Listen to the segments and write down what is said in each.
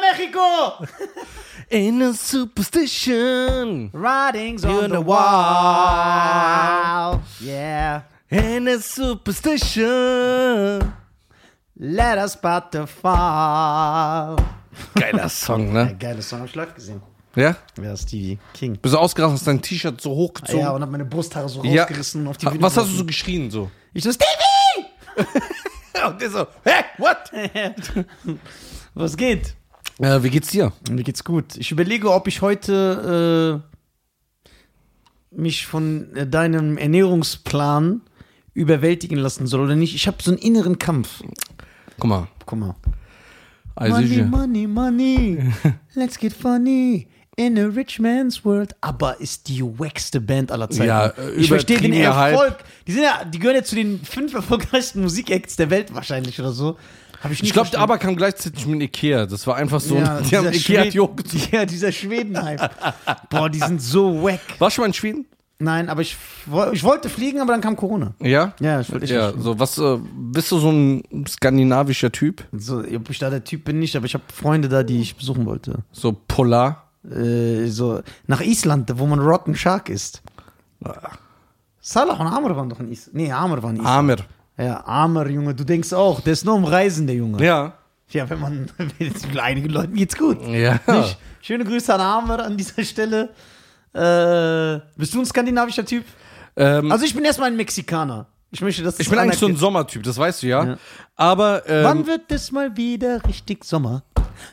Mexiko! In a superstition, Writings on on the the wall. Yeah. in a superstition. Let us but the fall. Geiler Song, ne? Ein geiles Song, hab ich live gesehen. Ja? Ja, Stevie King. Bist du ausgerastet, hast dein T-Shirt so hochgezogen? Ja, und hab meine Brusthaare so Ja. rausgerissen und auf die Ha- Bühne Was hast du so geworfen. geschrien so? Ich so, Stevie! Und der so, hey, what? Was geht? Äh, wie geht's dir? Mir geht's gut. Ich überlege, ob ich heute äh, mich von äh, deinem Ernährungsplan überwältigen lassen soll oder nicht. Ich habe so einen inneren Kampf. Guck mal. Guck mal. Also money, money, ich, money. Let's get funny. In a rich man's world. Aber ist die wackste Band aller Zeiten. Ja, äh, ich verstehe den übertriebener Hype. Erfolg. Die, sind ja, die gehören ja zu den fünf erfolgreichsten Musikacts der Welt wahrscheinlich oder so. Hab ich ich nicht glaube, verstanden. aber kam gleichzeitig mit Ikea. Das war einfach so, Ja, die haben dieser Ikea hat die Schweden- hochgezogen. Ja, dieser Schweden-Hype. Boah, die sind so wack. Warst du mal in Schweden? Nein, aber ich, wo- ich wollte fliegen, aber dann kam Corona. Ja? Ja, ich wollte ich Ja, so, was, äh, bist du so ein skandinavischer Typ? so, ob ich da der Typ bin nicht, aber ich habe Freunde da, die ich besuchen wollte. So polar? Äh, so nach Island, wo man Rotten Shark isst. Salah und Amr waren doch in Island. Nee, Amr waren in Island. Amer. Ja, Amr, Junge, du denkst auch, der ist nur um Reisen, der Junge. Ja, Ja. wenn man, mit einigen Leuten geht's gut. Ja. Nicht? Schöne Grüße an Amr an dieser Stelle. Äh, bist du ein skandinavischer Typ? Ähm, Also ich bin erstmal ein Mexikaner. Ich möchte, dass ich bin eigentlich so ein Sommertyp, das weißt du ja. Aber ähm, Wann wird es mal wieder richtig Sommer?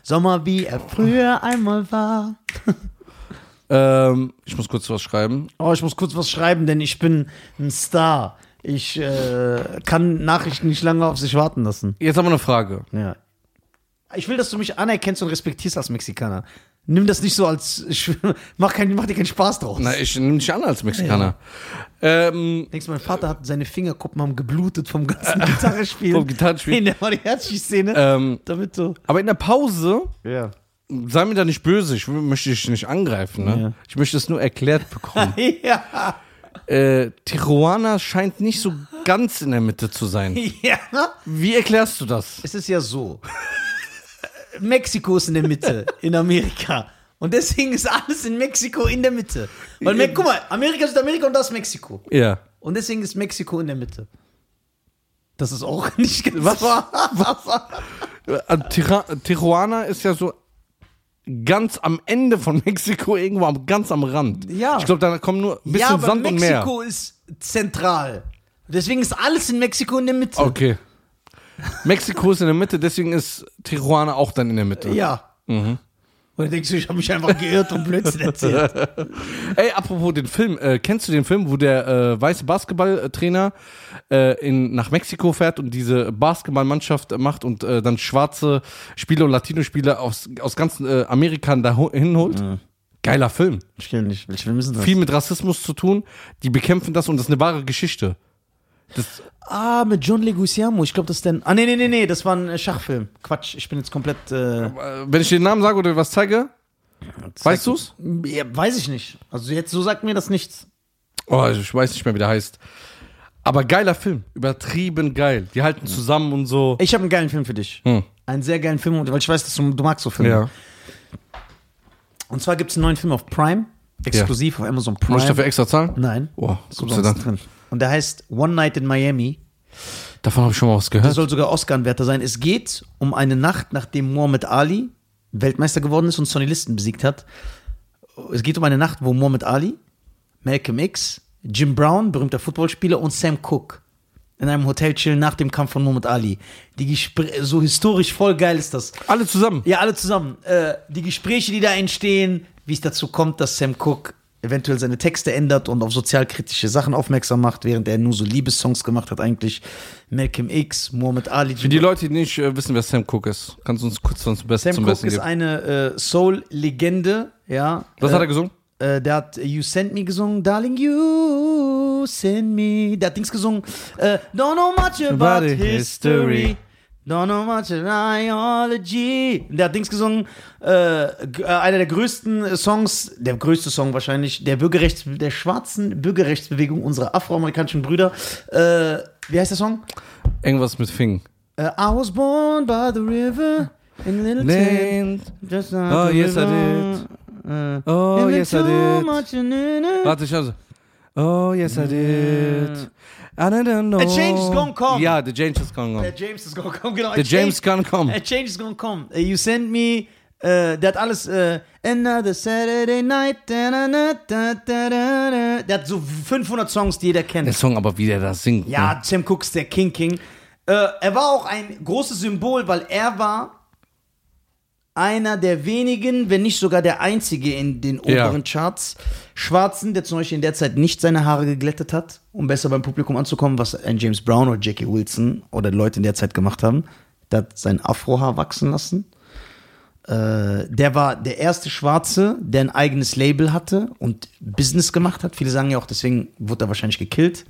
Sommer, wie er früher einmal war. ähm, ich muss kurz was schreiben. Oh, ich muss kurz was schreiben, denn ich bin ein Star. Ich äh, kann Nachrichten nicht lange auf sich warten lassen. Jetzt haben wir eine Frage. Ja. Ich will, dass du mich anerkennst und respektierst als Mexikaner. Nimm das nicht so als. Ich, mach, kein, mach dir keinen Spaß draus. Na, ich nehme dich an als Mexikaner. Ähm, Denkst du, mein Vater hat seine Fingerkuppen haben geblutet vom ganzen Gitarrespielen. Vom Gitarrenspielen. In der Mariachi-Szene. ähm, damit so. aber in der Pause, Ja. sei mir da nicht böse, ich will- möchte dich nicht angreifen. Ne? Ja. Ich möchte es nur erklärt bekommen. Ja. äh, Tijuana scheint nicht so ganz in der Mitte zu sein. Ja. Wie erklärst du das? Es ist ja so. Mexiko ist in der Mitte, in Amerika. Und deswegen ist alles in Mexiko in der Mitte. Weil, Me- guck mal, Amerika, Südamerika und das ist Mexiko. Ja. Und deswegen ist Mexiko in der Mitte. Das ist auch nicht ganz Was? wahr. Äh, Tira Tijuana ist ja so ganz am Ende von Mexiko, irgendwo am, ganz am Rand. Ja. Ich glaube, da kommen nur ein bisschen ja, aber Sand und Meer. Mexiko ist zentral. Deswegen ist alles in Mexiko in der Mitte. Okay. Mexiko ist in der Mitte, deswegen ist Tijuana auch dann in der Mitte. Ja. Mhm. Oder denkst du, ich habe mich einfach geirrt und Blödsinn erzählt? Ey, apropos den Film, äh, kennst du den Film, wo der äh, weiße Basketballtrainer äh, in, nach Mexiko fährt und diese Basketballmannschaft macht und äh, dann schwarze Spieler und Latino-Spieler aus, aus ganz äh, Amerika da ho- hinholt? Geiler Film. Ich will nicht. Ich will müssen das. Viel mit Rassismus zu tun. Die bekämpfen das und das ist eine wahre Geschichte. Das, Ah, mit John Leguizamo. Ich glaube, das ist denn. Ah, nee, nee, nee, nee, das war ein äh, Schachfilm. Quatsch, ich bin jetzt komplett. Äh, äh, wenn ich den Namen sage oder was zeige, weißt du's? ja, weiß ich nicht. Also, jetzt so sagt mir das nichts. Oh, ich weiß nicht mehr, wie der heißt. Aber geiler Film. Übertrieben geil. Die halten zusammen und so. Ich habe einen geilen Film für dich. Hm. Einen sehr geilen Film, weil ich weiß, dass du, du magst so Filme. Und zwar gibt es einen neuen Film auf Prime, exklusiv auf Amazon Prime. Muss ich dafür extra zahlen? Nein. Oh, Gott sei Umsonst Dank. drin. Und der heißt One Night in Miami. Davon habe ich schon mal was Der gehört. soll sogar Oscar-Anwärter sein. Es geht um eine Nacht, nachdem Muhammad Ali Weltmeister geworden ist und Sonny Liston besiegt hat. Es geht um eine Nacht, wo Muhammad Ali, Malcolm X, Jim Brown, berühmter Footballspieler, und Sam Cooke in einem Hotel chillen nach dem Kampf von Muhammad Ali. Die Gespr so historisch voll geil ist das. Alle zusammen. Ja, alle zusammen. Äh, die Gespräche, die da entstehen, wie es dazu kommt, dass Sam Cooke eventuell seine Texte ändert und auf sozialkritische Sachen aufmerksam macht, während er nur so Liebessongs gemacht hat eigentlich. Malcolm X, Muhammad Ali. Für die Leute, die nicht äh, wissen, wer Sam Cooke ist, kannst du uns kurz zum Besten, Sam zum Cooke Besten ist geben. eine äh, Soul-Legende, ja. Was äh, hat er gesungen? Äh, der hat äh, You Send Me gesungen, Darling, you send me. Der hat Dings gesungen, äh, Don't know much about About it, history. history. Don't know much about biology. Der hat Dings gesungen, äh, g- äh, einer der größten äh, Songs, der größte Song wahrscheinlich, der Bürgerrechts, der schwarzen Bürgerrechtsbewegung unserer afroamerikanischen Brüder. Äh, wie heißt der Song? Irgendwas mit Fing. Äh, I was born by the river. In little tent, Land. just Oh, like a yes, I river. Uh, Oh, in the yes, I too did. much, uh, Warte, ich Mm. also. Oh, yes, I did. I don't know. A change is gonna come. Ja, the change is gonna come. Der James ist gonna come, genau. The James is gonna come. A change is gonna come. Uh, You send me. Äh, der hat alles. Äh, Another Saturday night. Da, da, da, da, da, da, da. Der hat so 500 Songs, die jeder kennt. Der Song, aber wie der das singt. ja, Ne? Tim Cook ist der King King. Äh, er war auch ein großes Symbol, weil er war einer der wenigen, wenn nicht sogar der einzige in den Ja. oberen Charts Schwarzen, der zum Beispiel in der Zeit nicht seine Haare geglättet hat, um besser beim Publikum anzukommen, was ein James Brown oder Jackie Wilson oder Leute in der Zeit gemacht haben. Der hat sein Afrohaar wachsen lassen. Äh, der war der erste Schwarze, der ein eigenes Label hatte und Business gemacht hat. Viele sagen ja auch, deswegen wurde er wahrscheinlich gekillt.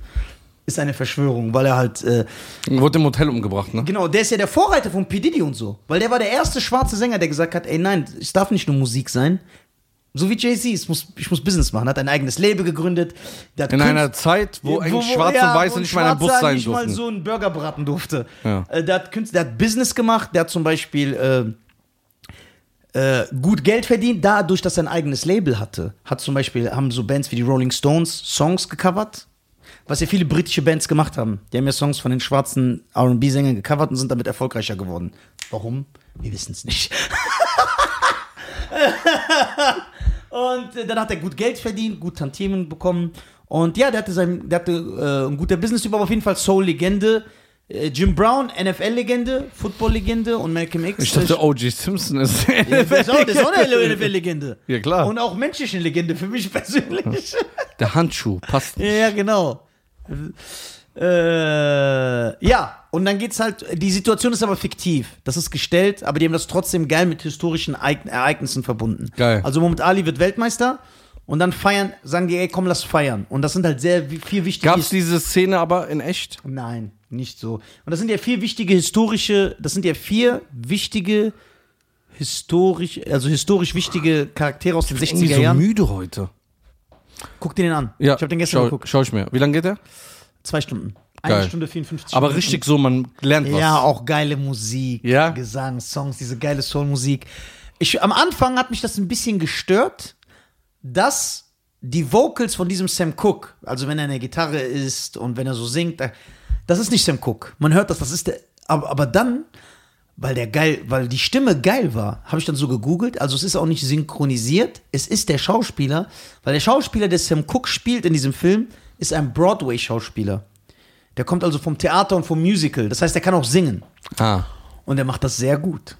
Ist eine Verschwörung, weil er halt. Äh, Wurde im Hotel umgebracht, ne? genau, der ist ja der Vorreiter von P. Diddy und so. Weil der war der erste schwarze Sänger, der gesagt hat: ey, nein, es darf nicht nur Musik sein. So wie Jay-Z, es muss, ich muss Business machen. Hat ein eigenes Label gegründet. Der hat In Künst- einer Zeit, wo eigentlich Schwarz ja, und Weiß wo ein nicht mal in einem Bus Schwarzer sein nicht mal durften. so einen Burgerbraten durfte. Ja. Äh, der, hat Künstler, der hat Business gemacht, der hat zum Beispiel äh, äh, gut Geld verdient, dadurch, dass er ein eigenes Label hatte. Hat zum Beispiel, haben so Bands wie die Rolling Stones Songs gecovert, was ja viele britische Bands gemacht haben. Die haben ja Songs von den schwarzen R&B-Sängern gecovert und sind damit erfolgreicher geworden. Warum? Wir wissen es nicht. Und äh, dann hat er gut Geld verdient, gut Tantiemen bekommen. Und ja, der hatte, sein, der hatte äh, ein guter Business-Typ, aber auf jeden Fall Soul-Legende. Äh, Jim Brown, NFL-Legende, Football-Legende und Malcolm X. Ich dachte, O.J. Simpson ist. Äh, der ist auch, der ist auch eine NFL-Legende. Ja, klar. Und auch menschliche Legende für mich persönlich. Der Handschuh passt nicht. Ja, genau. Äh, ja, und dann geht's halt, die Situation ist aber fiktiv. Das ist gestellt, aber die haben das trotzdem geil mit historischen Eig- Ereignissen verbunden. Geil. Also Moment Ali wird Weltmeister und dann feiern, sagen die, ey, komm, lass feiern. Und das sind halt sehr wi- viel wichtige Gab es diese Szene aber in echt? Nein, nicht so. Und das sind ja vier wichtige historische, das sind ja vier wichtige historisch, also historisch wichtige Charaktere aus den 60er so Jahren. müde heute. Guck dir den an. Ja, Ich habe den gestern schau, geguckt. Schau ich mir. Wie lange geht der? Zwei Stunden. Eine Geil. Stunde 54 Aber Minuten. richtig so, man lernt was. Ja, auch geile Musik, Ja? Gesang, Songs, diese geile Soul-Musik. Ich, am Anfang hat mich das ein bisschen gestört, dass die Vocals von diesem Sam Cooke, also wenn er eine Gitarre ist und wenn er so singt, da- das ist nicht Sam Cooke. Man hört das, das ist der. Aber, aber dann, weil der geil, weil die Stimme geil war, habe ich dann so gegoogelt. Also es ist auch nicht synchronisiert, es ist der Schauspieler, weil der Schauspieler, der Sam Cooke spielt in diesem Film, ist ein Broadway-Schauspieler. Der kommt also vom Theater und vom Musical. Das heißt, er kann auch singen. Ah, Und er macht das sehr gut.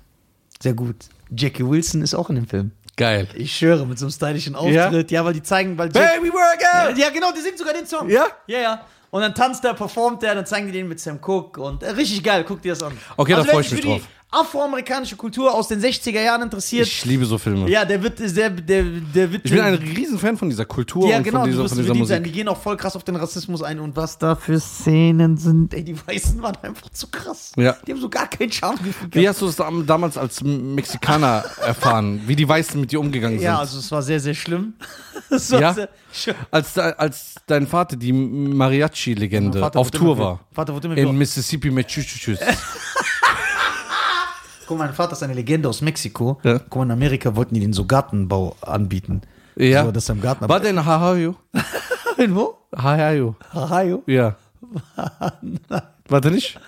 Sehr gut. Jackie Wilson ist auch in dem Film. geil. Ich schwöre, mit so einem stylischen Auftritt. Ja, weil die zeigen, weil Jack- Baby Workout! Ja, genau, die singt sogar den Song. Ja? Ja, ja. Und dann tanzt er, performt er, dann zeigen die den mit Sam Cooke. Und äh, richtig geil, guck dir das an. Also Okay, da wer freu ich sich mich für drauf. die afroamerikanische Kultur aus den 60er Jahren interessiert, Ich liebe so Filme. ja, der wird, der, der, der wird. Ich bin ein Riesenfan von dieser Kultur ja, und genau, von du dieser, wirst von dieser mit ihm Musik. sein. Die gehen auch voll krass auf den Rassismus ein und was da für Szenen sind. Ey, die Weißen waren einfach zu krass. Ja. Die haben so gar keinen Schamgefühl gehabt. Wie hast du das dam- damals als M- Mexikaner erfahren? Wie die Weißen mit dir umgegangen sind? Ja, also es war sehr, sehr schlimm. Es war Ja? sehr schlimm. als, de, als dein Vater die Mariachi-Legende Vater Äh, auf wurde Tour immer- war. Vater wurde immer In wieder- Mississippi mit Tschüss. Guck mal, mein Vater ist eine Legende aus Mexiko. Ja. Guck mal, in Amerika wollten die den so Gartenbau anbieten. Ja. So, das ist am Garten. War denn How are you? in wo? How are you? Ohio? Ja. War der nicht?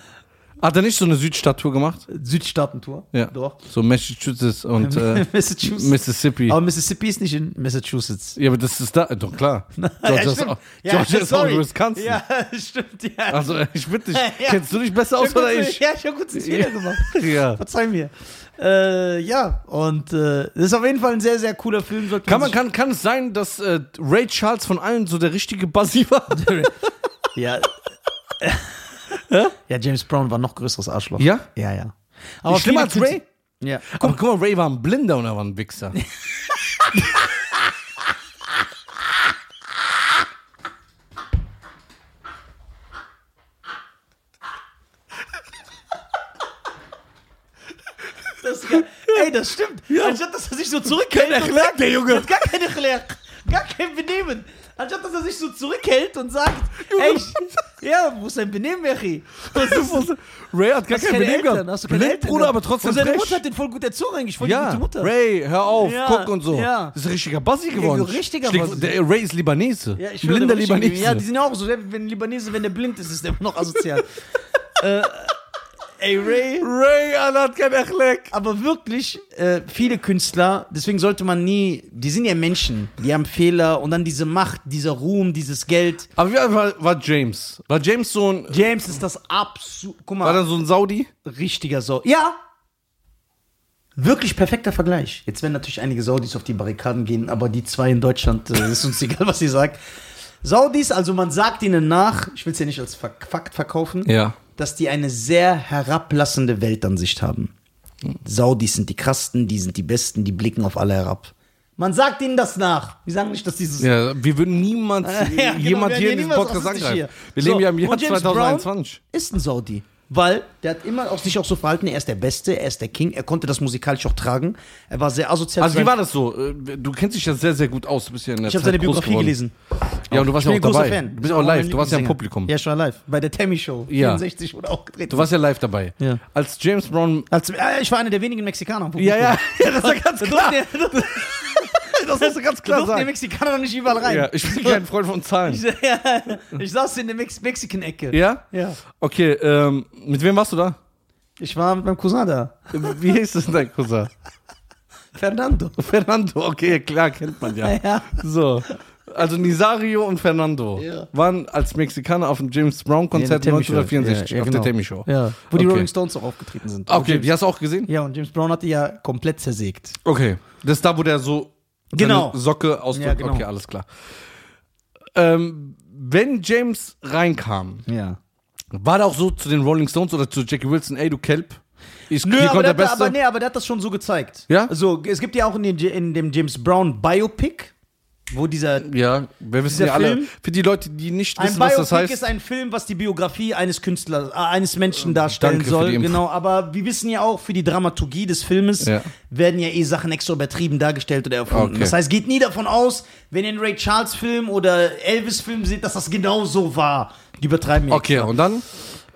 Hat er nicht so eine Südstadt-Tour gemacht? Südstaatentour. Ja. Doch. So Massachusetts und äh, Massachusetts. Mississippi. Aber Mississippi ist nicht in Massachusetts. Ja, aber das ist da. Doch klar. Georgia ist stimmt. auch, Ja, Georgia ist auch sorry. in Wisconsin. Ja, stimmt, ja. Also ich bitte dich. Ja. Kennst du dich besser Schon aus oder kurz- ich? Ja, ich habe kurz einen Fehler gemacht. Ja. Verzeih mir. Äh, ja, und äh, das ist auf jeden Fall ein sehr, sehr cooler Film. sollte Kann, man, sich- kann, kann es sein, dass äh, Ray Charles von allen so der richtige Buzzy war? Ja. ja, James Brown war ein noch größeres Arschloch. Ja? Ja, ja. Aber Schlimmer als viele- Ray? Ja. Aber guck mal, Ray war ein Blinder und er war ein Wichser. Das, ey, das stimmt. Anstatt dass er sich so zurückhält. Kein Erklärung, der Junge. Hat gar keine Erklärung. Gar kein Benehmen. Anstatt dass er sich so zurückhält und sagt, ey, ich, Ja, wo ist dein Benehmen, Mechi? Ray hat gar Hast du kein keine Benehmen Eltern? gehabt. Hast du keine Blind, Eltern? Bruder, gehabt? aber trotzdem Und seine frech. Mutter hat den voll gut erzogen eigentlich, voll die ja, gute Mutter. Ray, hör auf, Ja, guck und so. ja. Das ist ein richtiger Bassi geworden. richtiger Schlägt- Bassi. Der Ray ist Libanese. Ja, ich schwöre, Blinder der Bursche- Libanese. Ja, die sind ja auch so, selbst wenn ein Libanese, wenn der blind ist, ist der immer noch asozial. äh, ey, Ray. Ray, Alter, hat kein Achleck. Aber wirklich, äh, viele Künstler, deswegen sollte man nie, die sind ja Menschen, die haben Fehler und dann diese Macht, dieser Ruhm, dieses Geld. Aber wie alt war, war James? War James so ein. James ist das absolut, guck War mal, dann so ein Saudi? richtiger so. Ja! Wirklich perfekter Vergleich. Jetzt werden natürlich einige Saudis auf die Barrikaden gehen, aber die zwei in Deutschland, äh, ist uns egal, was sie sagt. Saudis, also man sagt ihnen nach, ich will es ja nicht als Fak- Fakt verkaufen, Ja. dass die eine sehr herablassende Weltansicht haben. Saudis sind die krassen, die sind die besten, die blicken auf alle herab. Man sagt ihnen das nach. Die sagen nicht, dass dieses. Ja, wir würden niemals Ja, genau, jemand wir hier werden in diesem niemals Podcast rassistisch angreifen. hier. Wir leben So, ja im Jahr und James 2021. Ist ein Saudi. Weil der hat immer auf sich auch so verhalten, er ist der Beste, er ist der King, er konnte das musikalisch auch tragen, er war sehr asozial. Also, zu wie seinen- war das so? Äh, Du kennst dich ja sehr, sehr gut aus. Du bist ja in der ich habe Zeit seine groß Biografie geworden. gelesen. Ja, und du warst ich ja auch bin ein großer dabei. Fan. Du bist auch Einer live, meiner du warst ja im Lieblingssänger. Publikum. Ja, ich war live. Bei der Tammy Show. Ja. 64 wurde auch gedreht. Du warst ja live dabei. Ja. Als James Brown. Als, äh, ich war einer der wenigen Mexikaner. am Ja, Publikum. ja, ja, das ist ja ganz klar. Das Das musst du ganz klar durften die sagen. Mexikaner noch nicht überall rein. Ja, ich bin kein Freund von Zahlen. Ja, ich saß in der Mex Mexican-Ecke. Ja? Ja. Okay, ähm, mit wem warst du da? Ich war mit meinem Cousin da. Wie hieß es denn dein Cousin? Fernando. Fernando, okay, klar, kennt man ja. Ja. So. Also Nisario und Fernando Ja. waren als Mexikaner auf dem James Brown Konzert 1964 auf der Tammy Show. Ja. genau. Wo die Okay. Ah, Rolling Stones auch aufgetreten sind. Okay, die hast du auch gesehen? Ja, und James Brown hat die ja komplett zersägt. Okay. Das ist da, wo der so Genau. seine Socke ausdrückt. Ja, genau. Okay, alles klar. Ähm, wenn James reinkam, Ja. war der auch so zu den Rolling Stones oder zu Jackie Wilson, ey, du Kelp? Ist, Nö, hier aber kommt der, der hat- Beste. aber, nee, aber der hat das schon so gezeigt. Ja? So, es gibt ja auch in, den, in dem James Brown Biopic, wo dieser Ja, wir wissen Dieser ja alle. Film? Für die Leute, die nicht Ein wissen, Biopic was das heißt. ist ein Film, was die Biografie eines Künstlers, äh, eines Menschen darstellen danke für soll. die Info. genau, aber wir wissen ja auch, für die Dramaturgie des Filmes Ja. werden ja eh Sachen extra übertrieben dargestellt oder erfunden. Okay. Das heißt, geht nie davon aus, wenn ihr einen Ray Charles Film oder Elvis Film seht, dass das genau so war. Die übertreiben ja. okay, und dann?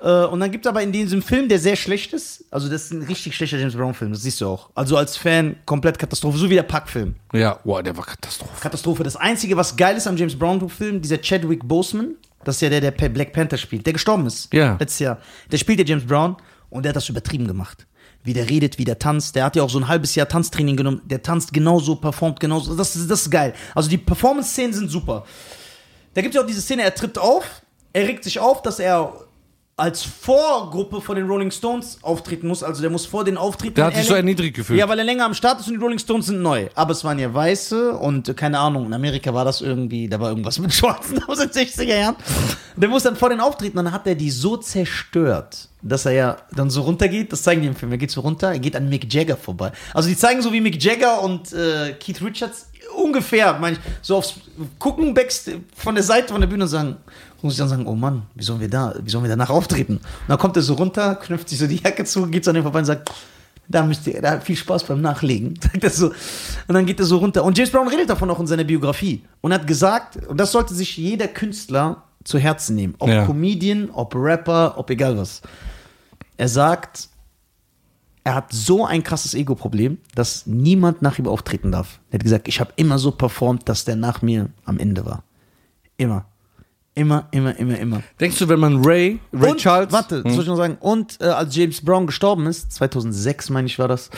Äh, und dann gibt es aber in diesem Film, der sehr schlecht ist, also das ist ein richtig schlechter James Brown Film, das siehst du auch. Also als Fan komplett Katastrophe, so wie der Pack-Film. Ja, wow, der war Katastrophe. Katastrophe. Das Einzige, was geil ist am James Brown-Film, dieser Chadwick Boseman, das ist ja der, der Pa- Black Panther spielt, der gestorben ist. Ja. Letztes Jahr. Der spielt der James Brown und der hat das übertrieben gemacht. Wie der redet, wie der tanzt. Der hat ja auch so ein halbes Jahr Tanztraining genommen. Der tanzt genauso, performt genauso. Das, ist- das ist geil. Also die Performance-Szenen sind super. Da gibt es ja auch diese Szene, er tritt auf, er regt sich auf, dass er als Vorgruppe von den Rolling Stones auftreten muss. Also der muss vor den auftreten. Der hat Er sich so lenkt- erniedrigt gefühlt. Ja, weil er länger am Start ist und die Rolling Stones sind neu. Aber es waren ja Weiße und äh, keine Ahnung, in Amerika war das irgendwie, da war irgendwas mit Schwarzen aus den 60er Jahren. Der muss dann vor den auftreten, dann hat er die so zerstört, dass er ja dann so runtergeht. Das zeigen die im Film. Er geht so runter, er geht an Mick Jagger vorbei. Also die zeigen so wie Mick Jagger und äh, Keith Richards ungefähr, meine ich, so aufs gucken backst von der Seite von der Bühne und sagen, muss ich dann sagen, oh Mann, wie sollen wir da, wie sollen wir danach auftreten? Und dann kommt er so runter, knüpft sich so die Jacke zu, geht so an den vorbei und sagt, da müsst ihr, da viel Spaß beim Nachlegen, sagt er so. Und dann geht er so runter. Und James Brown redet davon auch in seiner Biografie und hat gesagt, und das sollte sich jeder Künstler zu Herzen nehmen, ob Ja. Comedian, ob Rapper, ob egal was. Er sagt, er hat so ein krasses Ego-Problem, dass niemand nach ihm auftreten darf. Er hat gesagt, ich habe immer so performt, dass der nach mir am Ende war. Immer. Immer, immer, immer, immer. Denkst du, wenn man Ray, Ray und, Charles. Hm? Warte, das soll ich noch sagen. Und äh, als James Brown gestorben ist, 2006 meine ich war das,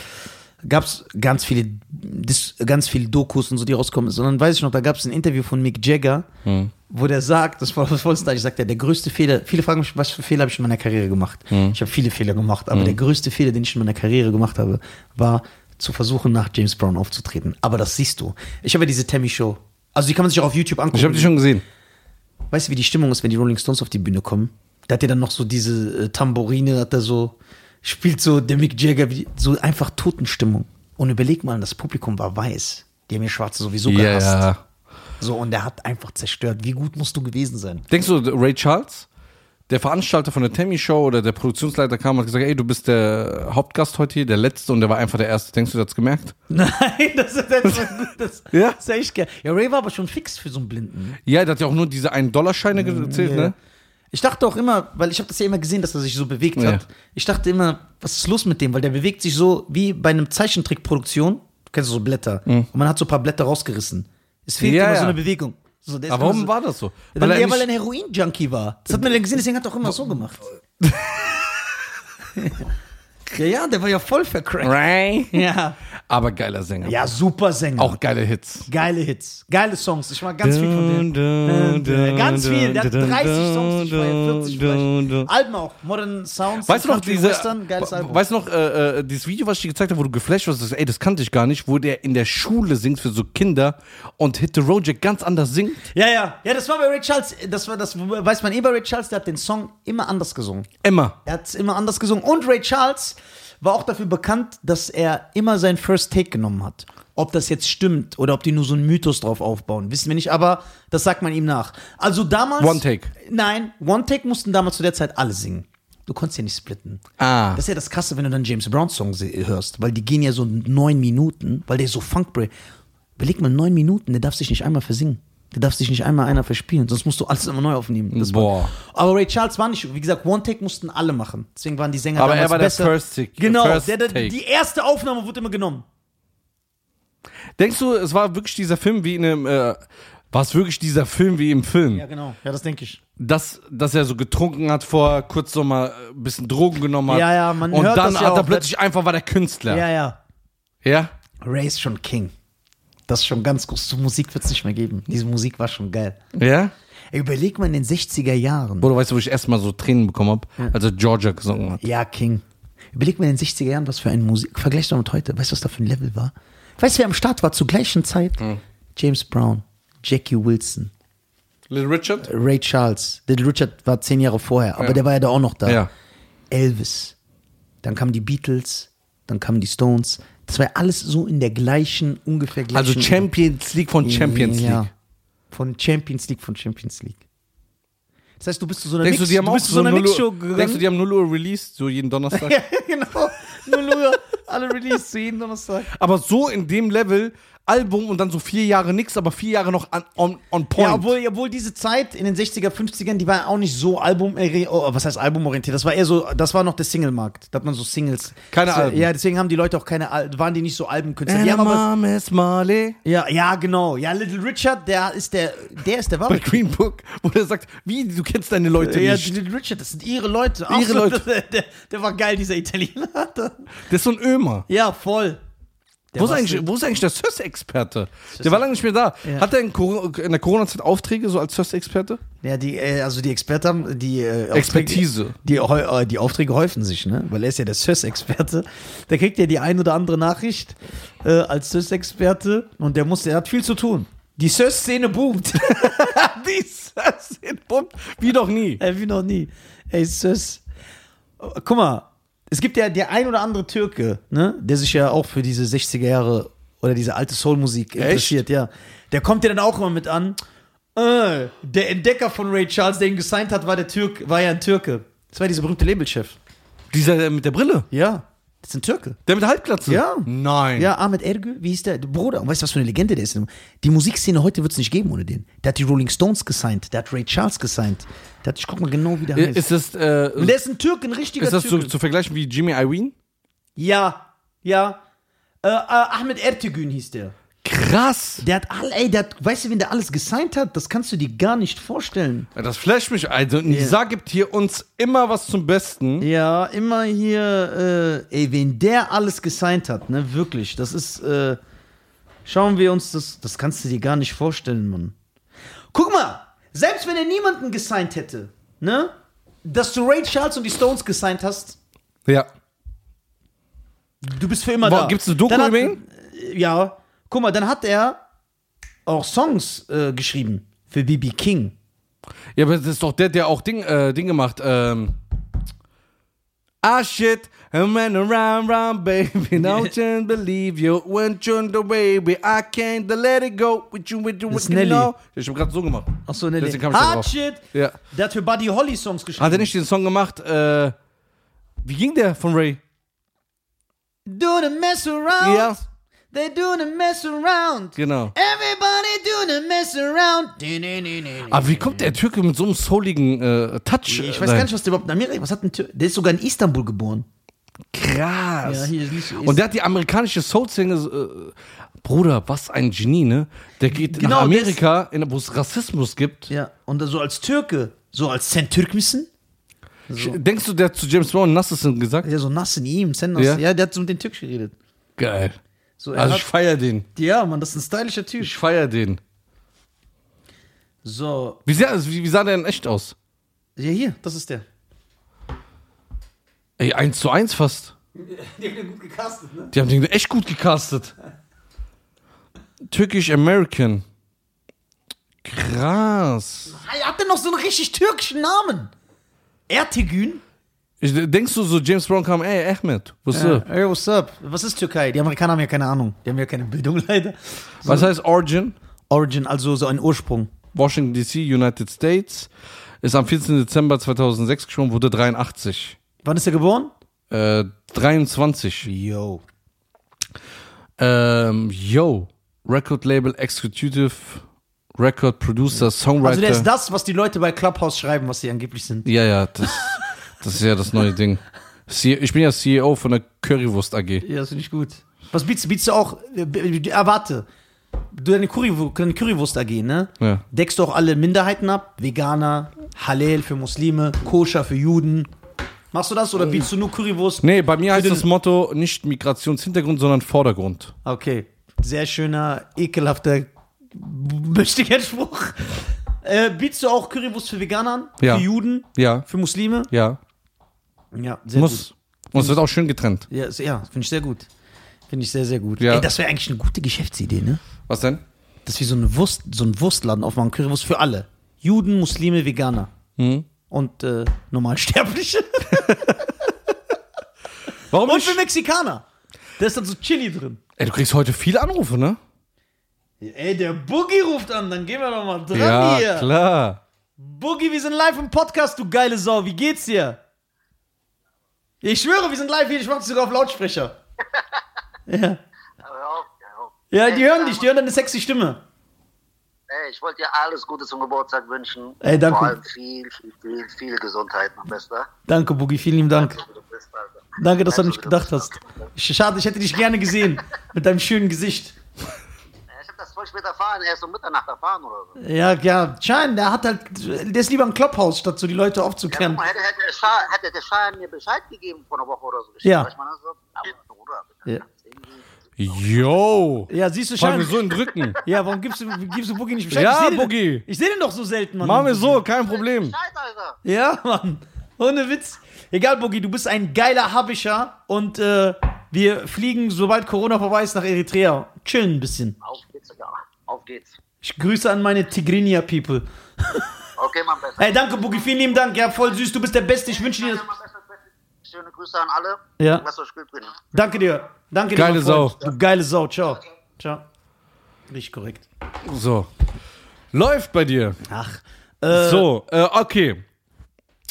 gab es ganz viele, Dis- ganz viele Dokus und so, die rauskommen. Sondern weiß ich noch, da gab es ein Interview von Mick Jagger, Hm. wo der sagt, das war das vollste, ich sagte, der größte Fehler, viele fragen mich, was für Fehler habe ich in meiner Karriere gemacht? Hm. Ich habe viele Fehler gemacht, aber der größte Fehler, den ich in meiner Karriere gemacht habe, war zu versuchen, nach James Brown aufzutreten. Aber das siehst du. Ich habe ja diese Tammy-Show. Also die kann man sich auch auf YouTube angucken. Ich habe dich schon gesehen. Weißt du, wie die Stimmung ist, wenn die Rolling Stones auf die Bühne kommen? Da hat er dann noch so diese äh, Tambourine, hat er so, spielt so der Mick Jagger, wie, so einfach Totenstimmung. Und überleg mal, das Publikum war weiß. Die haben ja Schwarze sowieso Ja, gehasst. ja. So, und er hat einfach zerstört. Wie gut musst du gewesen sein? Denkst du, Ray Charles, der Veranstalter von der Tammy Show oder der Produktionsleiter kam und hat gesagt, ey, du bist der Hauptgast heute hier, der Letzte und der war einfach der Erste. Denkst du, der hat's gemerkt? Nein, das ist jetzt gut. Das, Ja? ist echt geil. Ja, Ray war aber schon fix für so einen Blinden. Ja, der hat ja auch nur diese 1-Dollar-Scheine gezählt, ne? Ich dachte auch immer, weil ich habe das ja immer gesehen, dass er sich so bewegt Ja. hat. Ich dachte immer, was ist los mit dem? Weil der bewegt sich so wie bei einem Zeichentrickproduktion. Du kennst so Blätter. Und man hat so ein paar Blätter rausgerissen. Es fehlt Mhm. Ja, immer so ja. eine Bewegung. So, der ist Aber warum immer so, war das so? Weil er, nicht- weil er ein Heroin-Junkie war. Das hat man dann gesehen, deswegen hat er auch immer so gemacht. ja, ja, der war ja voll vercrackt. Ja. Aber geiler Sänger. Ja, super Sänger. Auch geile Hits. Geile Hits, geile Songs. Ich mag ganz viel von denen. Dun, dun, Ganz viel, der hat dun, 30 Songs, ich dun, feier 40 dun, vielleicht. dun. Alben auch, Modern Sounds, Weißt du noch Country diese, Western, geiles Album. weißt du noch äh, äh, dieses Video, was ich dir gezeigt habe, wo du geflasht warst, das- ey, das kannte ich gar nicht, wo der in der Schule singt für so Kinder und Hit the Road Jack ganz anders singt. ja, ja, ja, das war bei Ray Charles, das war das weiß man eh bei Ray Charles, der hat den Song immer anders gesungen. Emma. Er hat es immer anders gesungen und Ray Charles war auch dafür bekannt, dass er immer sein First Take genommen hat. Ob das jetzt stimmt oder ob die nur so einen Mythos drauf aufbauen, wissen wir nicht, aber das sagt man ihm nach. Also damals One Take. Nein, One Take mussten damals zu der Zeit alle singen. Du konntest ja nicht splitten. Ah. Das ist ja das Krasse, wenn du dann James Brown Song se- hörst, weil die gehen ja so neun Minuten, weil der ist so Funkbreak. Überleg mal, neun Minuten, der darf sich nicht einmal versingen. Der darf sich nicht einmal einer verspielen, sonst musst du alles immer neu aufnehmen. Das war- Boah. Aber Ray Charles war nicht, wie gesagt, One Take mussten alle machen. Deswegen waren die Sänger Aber er damals war der besser. First Take- Genau, First der, der, Take. die erste Aufnahme wurde immer genommen. Denkst du, es war wirklich dieser Film wie in einem, äh, war es wirklich dieser Film wie im Film? Ja, genau. Ja, das denke ich. Dass, dass er so getrunken hat vorher, kurz noch mal äh, ein bisschen Drogen genommen hat. Ja, ja, man Und hört dann das ja hat er auch. plötzlich einfach, war der Künstler. Ja, ja. ja? Ray ist schon King. Das ist schon ganz groß. So Musik wird es nicht mehr geben. Diese Musik war schon geil. Ja? Ey, überleg mal in den 60er Jahren. Oder weißt du, wo ich erstmal so Tränen bekommen habe, als er Georgia gesungen hat? Ja, King. Überleg mal in den 60er Jahren, was für ein Musik. Vergleich doch mit heute. Weißt du, was da für ein Level war? Weißt du, wer am Start war zur gleichen Zeit? Hm. James Brown, Jackie Wilson, Little Richard? Ray Charles. Little Richard war zehn Jahre vorher, aber der war ja da auch noch da. Ja. Elvis. Dann kamen die Beatles, dann kamen die Stones. Das war ja alles so in der gleichen, ungefähr gleichen. Also Champions League von Champions League. Ja. Von Champions League von Champions League. Das heißt, du bist zu so einer Denkst du, Mix- die haben du auch bist zu so so einer 0 Mixshow Uhr, denkst gegangen. du, die haben 0 Uhr released, so jeden Donnerstag? ja, genau. Null Uhr, alle Release zu jedem Donnerstag. Aber so in dem Level, Album und dann so vier Jahre nix, aber vier Jahre noch an, on, on point. Ja, obwohl, obwohl diese Zeit in den 60er, 50ern, die war auch nicht so Album, oh, was heißt albumorientiert? Das war eher so, das war noch der Singlemarkt. Da hat man so Singles. Keine so, Alben. Ja, deswegen haben die Leute auch keine, Al- waren die nicht so Albenkünstler. Die ja, haben aber, Mom is Marley. ja, ja, genau. Ja, Little Richard, der ist der, der ist der Bei wahre. Green Book, wo der sagt, wie, du kennst deine Leute Ja, nicht. Little Richard, das sind ihre Leute. Ach Ihre so, Leute. Der, der, der war geil, dieser Italiener. Das ist so ein Ömer. Ja, voll. Der Wo ist, war's eigentlich, nicht. wo ist eigentlich der SIS-Experte? Der war lange nicht mehr da. Ja. Hat er in, Cor in der Corona-Zeit Aufträge so als SIS-Experte? Ja, die, äh, also die Experten haben, die äh, Expertise. Aufträge, die, heu- äh, die Aufträge häufen sich, ne? Weil er ist ja der SIS-Experte. Der kriegt ja die ein oder andere Nachricht äh, als SIS-Experte und der muss, der hat viel zu tun. Die SIS-Szene boomt. Die SIS-Szene pumpt wie doch nie. Äh, Wie noch nie. Ey, SIS. Oh, Guck mal, es gibt ja der ein oder andere Türke, ne? Der sich ja auch für diese 60er Jahre oder diese alte Soul-Musik interessiert, ja. Der kommt ja dann auch immer mit an. Äh, der Entdecker von Ray Charles, der ihn gesigned hat, war der Türk, war ja ein Türke. Das war dieser berühmte Labelchef. Dieser der mit der Brille. Ja. Das ist ein Türke. Der mit der Halbglatze. Ja. Nein. Ja, Ahmed Ergül, wie hieß der? Der Bruder. Und weißt du, was für eine Legende der ist? Die Musikszene heute wird es nicht geben ohne den. Der hat die Rolling Stones gesigned, der hat Ray Charles gesigned. Der hat, ich guck mal genau, wie der heißt. Ist das, äh, Und der ist ein Türke, ein richtiger ist das zu, Türke. zu vergleichen wie Jimmy Irene? Ja, ja. Äh, äh, Ahmed Ertegün hieß der. Krass. Der hat all, ey, der hat, weißt du, wen der alles gesigned hat? Das kannst du dir gar nicht vorstellen. Das flasht mich. Also, Nisa gibt hier uns immer was zum Besten. Ja, immer hier, äh, ey, wen der alles gesigned hat, ne, wirklich. Das ist, äh, schauen wir uns das, das kannst du dir gar nicht vorstellen, Mann. Guck mal, selbst wenn er niemanden gesigned hätte, ne, dass du Ray Charles und die Stones gesigned hast, Ja. Du bist für immer Boah, da. gibt's eine Doku Dann hat, über ihn? äh, Ja. Guck mal, dann hat er auch Songs äh, geschrieben für BB King. Ja, aber das ist doch der, der auch Ding, äh, Ding gemacht. Ähm. Ah shit, I'm running around, round, baby. Now I can't believe you. Went you the baby. I can't let it go. With you, with you, Das ist with you Nelly. now. Ich hab grad so gemacht. Achso, ne, Deswegen kam ich da Hard drauf. Shit. Ja. Der hat für Buddy Holly Songs geschrieben. Hat er nicht den Song gemacht? Äh, wie ging der von Ray? Do the mess around. Ja. They doing a mess around. Genau. Everybody doing a mess around. Di, ni, ni, ni, ni. Aber Ah, wie kommt der Türke mit so einem souligen äh, Touch? Ich weiß gar nicht, was der überhaupt in Amerika. Was hat ein Tür- Der ist sogar in Istanbul geboren. Krass. Ja, hier ist nicht- und der hat die amerikanische Soul-Single. Äh, Bruder, was ein Genie, ne? Der geht Genau, nach das- Amerika, in- wo es Rassismus gibt. Ja. Und so als Türke, so als Sen Türkmissen. Denkst du, der hat zu James Brown Nassison gesagt? Ja, so nass in ihm, Sen nass. Ja. Ja. der hat so mit den Türkisch geredet. Geil. So, er Also ich hat, feier den. ja, Mann, das ist ein stylischer Typ. Ich feier den. So, Wie, sehr, also wie, wie sah der denn echt aus? ja, hier, das ist der. Ey, eins zu eins fast. Die haben den gut gecastet, ne? Die haben den echt gut gecastet. Türkisch American. Krass. Ah, Er hat denn noch so einen richtig türkischen Namen. Ertegün? Ich, denkst du so, James Brown kam, ey, Ahmed, was ist? Hey, what's up? Was ist Türkei? Die Amerikaner haben ja keine Ahnung. Die haben ja keine Bildung leider. Was heißt Origin? Origin, also so ein Ursprung. Washington DC, United States. Ist am 14. Dezember 2006 gestorben, wurde 83. Wann ist er geboren? Äh, 23. Yo. Ähm, yo. Record Label, Executive, Record Producer, Songwriter. Also der ist das, was die Leute bei Clubhouse schreiben, was sie angeblich sind. Ja, ja, das, das ist ja das neue Ding. Sie- Ich bin ja CEO von der Currywurst AG. Ja, das finde ich gut. Was bietst, bietst du auch? äh, b- b- Ah, warte. Du deine, Currywu- deine Currywurst AG, ne? Ja. Deckst du auch alle Minderheiten ab? Veganer, Halal für Muslime, Koscher für Juden. Machst du das oder bietst du nur Currywurst? Nee, bei mir heißt das Motto nicht Migrationshintergrund, sondern Vordergrund. Okay. Sehr schöner, ekelhafter, mächtiger Spruch. Äh, bietst du auch Currywurst für Veganer an? Ja. Für Juden? Ja, Für Muslime? ja, Ja, sehr gut. muss. Und es wird auch schön getrennt. Ja, ist- ja finde ich sehr gut. Finde ich sehr, sehr gut. Ja. Ey, das wäre eigentlich eine gute Geschäftsidee, ne? Was denn? Dass wir so, eine Wurst, so einen Wurstladen aufmachen, Currywurst für alle. Juden, Muslime, Veganer. Hm? Und äh, Normalsterbliche. Warum Und nicht? für Mexikaner. Da ist dann so Chili drin. Ey, du kriegst heute viele Anrufe, ne? Ey, der Boogie ruft an, dann gehen wir doch mal dran hier. klar. Boogie, wir sind live im Podcast, du geile Sau. Wie geht's dir? Ich schwöre, wir sind live hier. Ich mach das sogar auf Lautsprecher. Ja, Hör auf, hör auf. ja die hören dich. Die hören deine sexy Stimme. Ey, ich wollte dir alles Gute zum Geburtstag wünschen. Ey, danke. Vor allem viel, viel, viel, viel Gesundheit, mein Bester. Danke, Boogie. Vielen lieben Dank. Du bist, Alter. Danke, dass du an Also, mich gedacht bist- hast. Ich- Schade, ich hätte dich gerne gesehen. Mit deinem schönen Gesicht. Ja, Ich habe das voll spät erfahren, erst um Mitternacht erfahren oder so. Ja, ja, Chan, der hat halt. Der ist lieber im Clubhouse, statt so die Leute Ja, guck aufzuklären. mal, hätte, hätte, der Scha- hätte der Schein mir Bescheid gegeben vor einer Woche oder so. Ja. Ich meine, so, aber, Bruder, Ja. irgendwie- Yo. Ja, siehst du, Machen wir Chan. so einen Drücken. Ja, warum gibst du, gibst du Boogie nicht Bescheid? Ja, Ich seh den- Boogie. Ich sehe den doch so selten, Mann. Machen wir so, kein Problem. Bescheid, Alter. Ja, Mann. Ohne Witz. Egal, Boogie, du bist ein geiler Habischer und äh, wir fliegen, sobald Corona vorbei ist, nach Eritrea. Chillen ein bisschen. Auf geht's, Alter. Auf geht's. Ich grüße an meine Tigrinia-People. Okay, mein Bester. Ey, danke, Boogie. Vielen lieben Dank. Ja, voll süß. Du bist der Beste. Ich wünsche dir das. Ja, mein Bester, Bester. Schöne Grüße an alle. Ja. Lasst euch gut gehen. Danke dir. Danke dir. Geile mein Freund. Sau. Du geile Sau. Ciao. Ciao. Richtig korrekt. So. Läuft bei dir. Ach. Äh, so. So, äh, okay.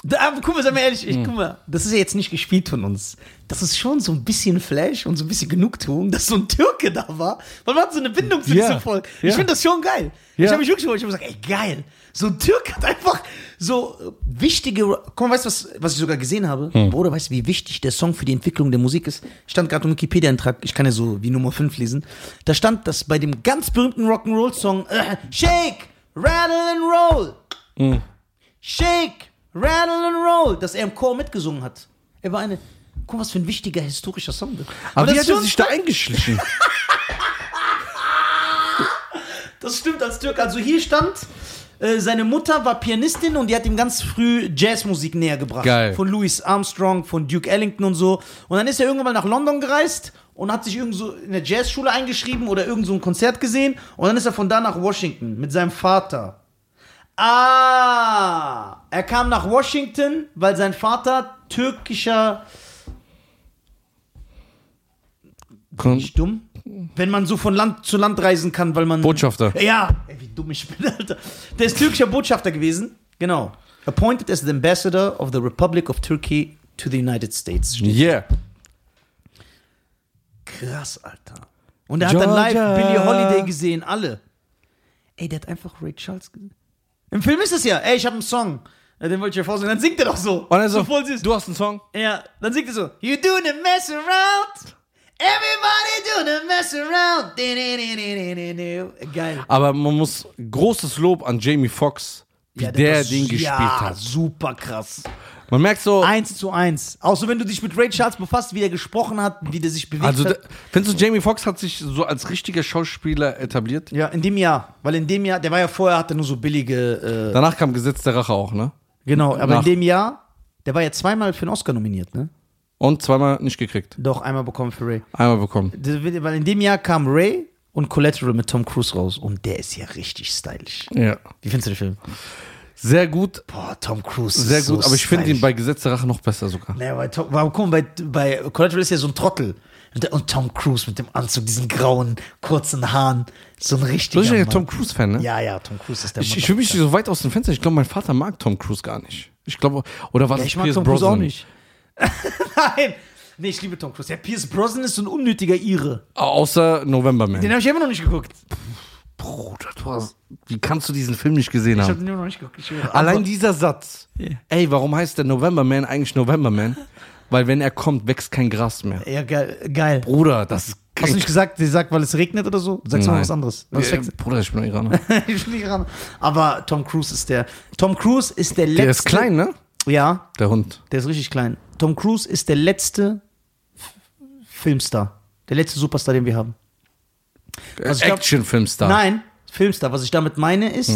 Da, aber guck mal, sag mal ehrlich, ich, Hm. guck mal, das ist ja jetzt nicht gespielt von uns. Das ist schon so ein bisschen Flash und so ein bisschen Genugtuung, dass so ein Türke da war. Man hat so eine Bindung zu Ja, diesem Volk. ja. Ich finde das schon geil. Ja. Ich habe mich wirklich gefreut. Ich habe gesagt, ey, geil. So ein Türke hat einfach so äh, wichtige. Guck mal, weißt du, was, was ich sogar gesehen habe? Hm. Bruder, weißt du, wie wichtig der Song für die Entwicklung der Musik ist? Ich Stand gerade im Wikipedia-Eintrag, ich kann ja so wie Nummer 5 lesen. Da stand, dass bei dem ganz berühmten Rock'n'Roll-Song äh, Shake, Rattle and Roll. Shake, Rattle and Roll, dass er im Chor mitgesungen hat. Er war eine. Guck mal, was für ein wichtiger historischer Song. das. Aber das wie ist hat er schon- sich da eingeschlichen? Das stimmt als Türk. Also hier stand, äh, seine Mutter war Pianistin und die hat ihm ganz früh Jazzmusik näher gebracht. Geil. Von Louis Armstrong, von Duke Ellington und so. Und dann ist er irgendwann mal nach London gereist und hat sich irgend so in der Jazzschule eingeschrieben oder irgend so ein Konzert gesehen. Und dann ist er von da nach Washington mit seinem Vater. Ah, er kam nach Washington, weil sein Vater türkischer Kon- Nicht dumm? Wenn man so von Land zu Land reisen kann, weil man. Botschafter. Ja! Ey, wie dumm ich bin, Alter. Der ist türkischer Botschafter gewesen. Genau. Appointed as the Ambassador of the Republic of Turkey to the United States. Yeah. Krass, Alter. Und er hat dann live Georgia. Billie Holiday gesehen, alle. Ey, der hat einfach Ray Charles gesehen. Im Film ist das ja. Ey, ich habe einen Song. Ja, Den wollte ich ja vorsingen. Dann singt er doch so. Und er so, voll süß. du hast einen Song? Ja, dann singt er so. You doing a mess around. Everybody doing a mess around. Di, di, di, di, di, di, di. Geil. Aber man muss großes Lob an Jamie Foxx, wie Ja, der das- den gespielt ja, hat. Oh. super krass. Man merkt so, Eins zu eins. Auch so, wenn du dich mit Ray Charles befasst, wie er gesprochen hat, wie der sich bewegt also hat. d- findest du, Jamie Foxx hat sich so als richtiger Schauspieler etabliert? Ja, in dem Jahr. Weil in dem Jahr, der war ja vorher, hatte nur so billige. Äh, Danach kam Gesetz der Rache auch, ne? genau, aber nach- in dem Jahr, der war ja zweimal für einen Oscar nominiert, ne? Und zweimal nicht gekriegt. Doch, einmal bekommen für Ray. Einmal bekommen. Das wird- Weil in dem Jahr kam Ray und Collateral mit Tom Cruise raus. Und der ist ja richtig stylisch. Ja. Wie findest du den Film? Sehr gut, Boah, Tom Cruise. sehr ist gut. so aber ich finde ihn stylisch. bei Gesetz der Rache noch besser sogar. Naja, bei Tom, warum guck mal, bei, bei Collateral ist ja so ein Trottel. Und, der- und Tom Cruise mit dem Anzug, diesen grauen, kurzen Haaren. So ein Du richtiger. bist ja Mann. Tom Cruise-Fan, ne? Ja, ja, Tom Cruise ist der Ich, ich will mich nicht so weit aus dem Fenster. Ich glaube, mein Vater mag Tom Cruise gar nicht. Ich glaube, oder war das ich mag Pierce Tom Cruise auch Brosnan? nicht. Nein. Nee, ich liebe Tom Cruise. Der Pierce Brosnan ist so ein unnötiger Ire. Außer November Man. Den habe ich immer noch nicht geguckt. Bruder, du hast, wie kannst du diesen Film nicht gesehen Ich haben? habe den immer noch nicht geguckt. Ich schwöre. Allein dieser Satz. Ey, warum heißt der November Man eigentlich November Man? Weil wenn er kommt, wächst kein Gras mehr. Ja, geil. geil. Bruder, das ist Hast du nicht gesagt, sie sagt, weil es regnet oder so? Sagst du mal Nein. was anderes. Weil es äh, wächst. Bruder, ich bin Iraner. Ich bin nicht ran. Aber Tom Cruise ist der. Tom Cruise ist der letzte. Der ist klein, ne? Ja, Der Hund. der ist richtig klein. Tom Cruise ist der letzte F- Filmstar. Der letzte Superstar, den wir haben. Der Also ich glaub- Actionfilmstar. Nein, Filmstar. Was ich damit meine Hm. ist,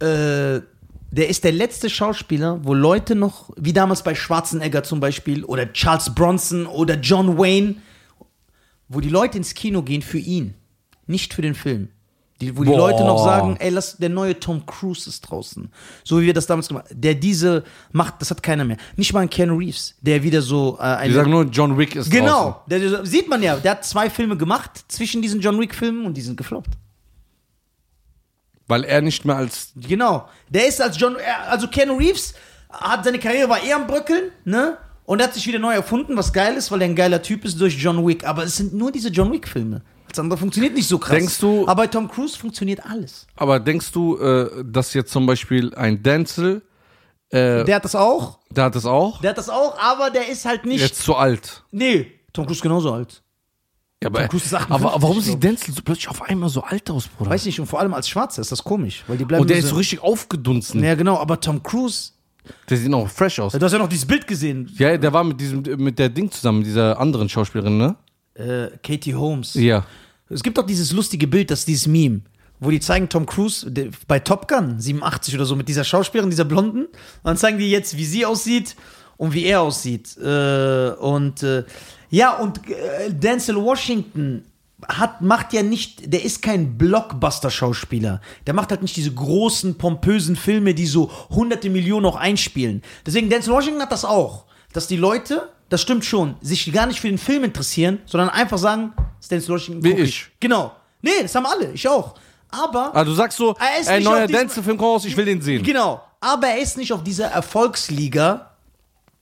äh, der ist der letzte Schauspieler, wo Leute noch, wie damals bei Schwarzenegger zum Beispiel oder Charles Bronson oder John Wayne, wo die Leute ins Kino gehen für ihn, nicht für den Film. Die, wo die Boah. Leute noch sagen, ey, lass, der neue Tom Cruise ist draußen. So wie wir das damals gemacht haben. Der diese macht, das hat keiner mehr. Nicht mal ein Keanu Reeves, der wieder so äh, Die eine sagen nur, John Wick ist draußen. Genau, der, der, sieht man ja, der hat zwei Filme gemacht zwischen diesen John Wick-Filmen und die sind gefloppt. Weil er nicht mehr als... Genau, der ist als John, er- also Ken Reeves hat seine Karriere war eher am Bröckeln, ne? Und er hat sich wieder neu erfunden, was geil ist, weil er ein geiler Typ ist durch John Wick. Aber es sind nur diese John Wick-Filme. Das andere funktioniert nicht so krass. Denkst du- Aber bei Tom Cruise funktioniert alles. Aber denkst du, äh, dass jetzt zum Beispiel ein Denzel, äh, Der hat das auch, der hat das auch, der hat das auch, aber der ist halt nicht. jetzt zu alt? Nee, Tom Cruise genauso alt. Ja, aber, Tom Cruise ist aber, 58, aber warum glaub sieht Denzel so plötzlich auf einmal so alt aus, Bruder? Weiß nicht, und vor allem als Schwarzer ist das komisch, weil die bleiben. Und der nur ist so richtig aufgedunsen. Ja, genau, aber Tom Cruise, Der sieht noch fresh aus. du hast ja noch dieses Bild gesehen. Ja, der war mit diesem, mit der Ding zusammen, mit dieser anderen Schauspielerin, ne? Äh, Katie Holmes. Ja. Es gibt doch dieses lustige Bild, das dieses Meme, wo die zeigen Tom Cruise de- bei Top Gun 87 oder so mit dieser Schauspielerin, dieser Blonden. Und dann zeigen die jetzt, wie sie aussieht und wie er aussieht. Äh, und äh, ja, und äh, Denzel Washington hat, macht ja nicht, der ist kein Blockbuster-Schauspieler. Der macht halt nicht diese großen, pompösen Filme, die so hunderte Millionen auch einspielen. Deswegen, Denzel Washington hat das auch. Dass die Leute, das stimmt schon, sich gar nicht für den Film interessieren, sondern einfach sagen, ist Denzel Washington Wie guck ich. Genau. Nee, das haben alle, ich auch. Aber, Ah, du sagst so, Er ist ey, nicht neuer auf diesem- Dance-Film kommt raus, ich will den sehen. genau, aber er ist nicht auf dieser Erfolgsliga.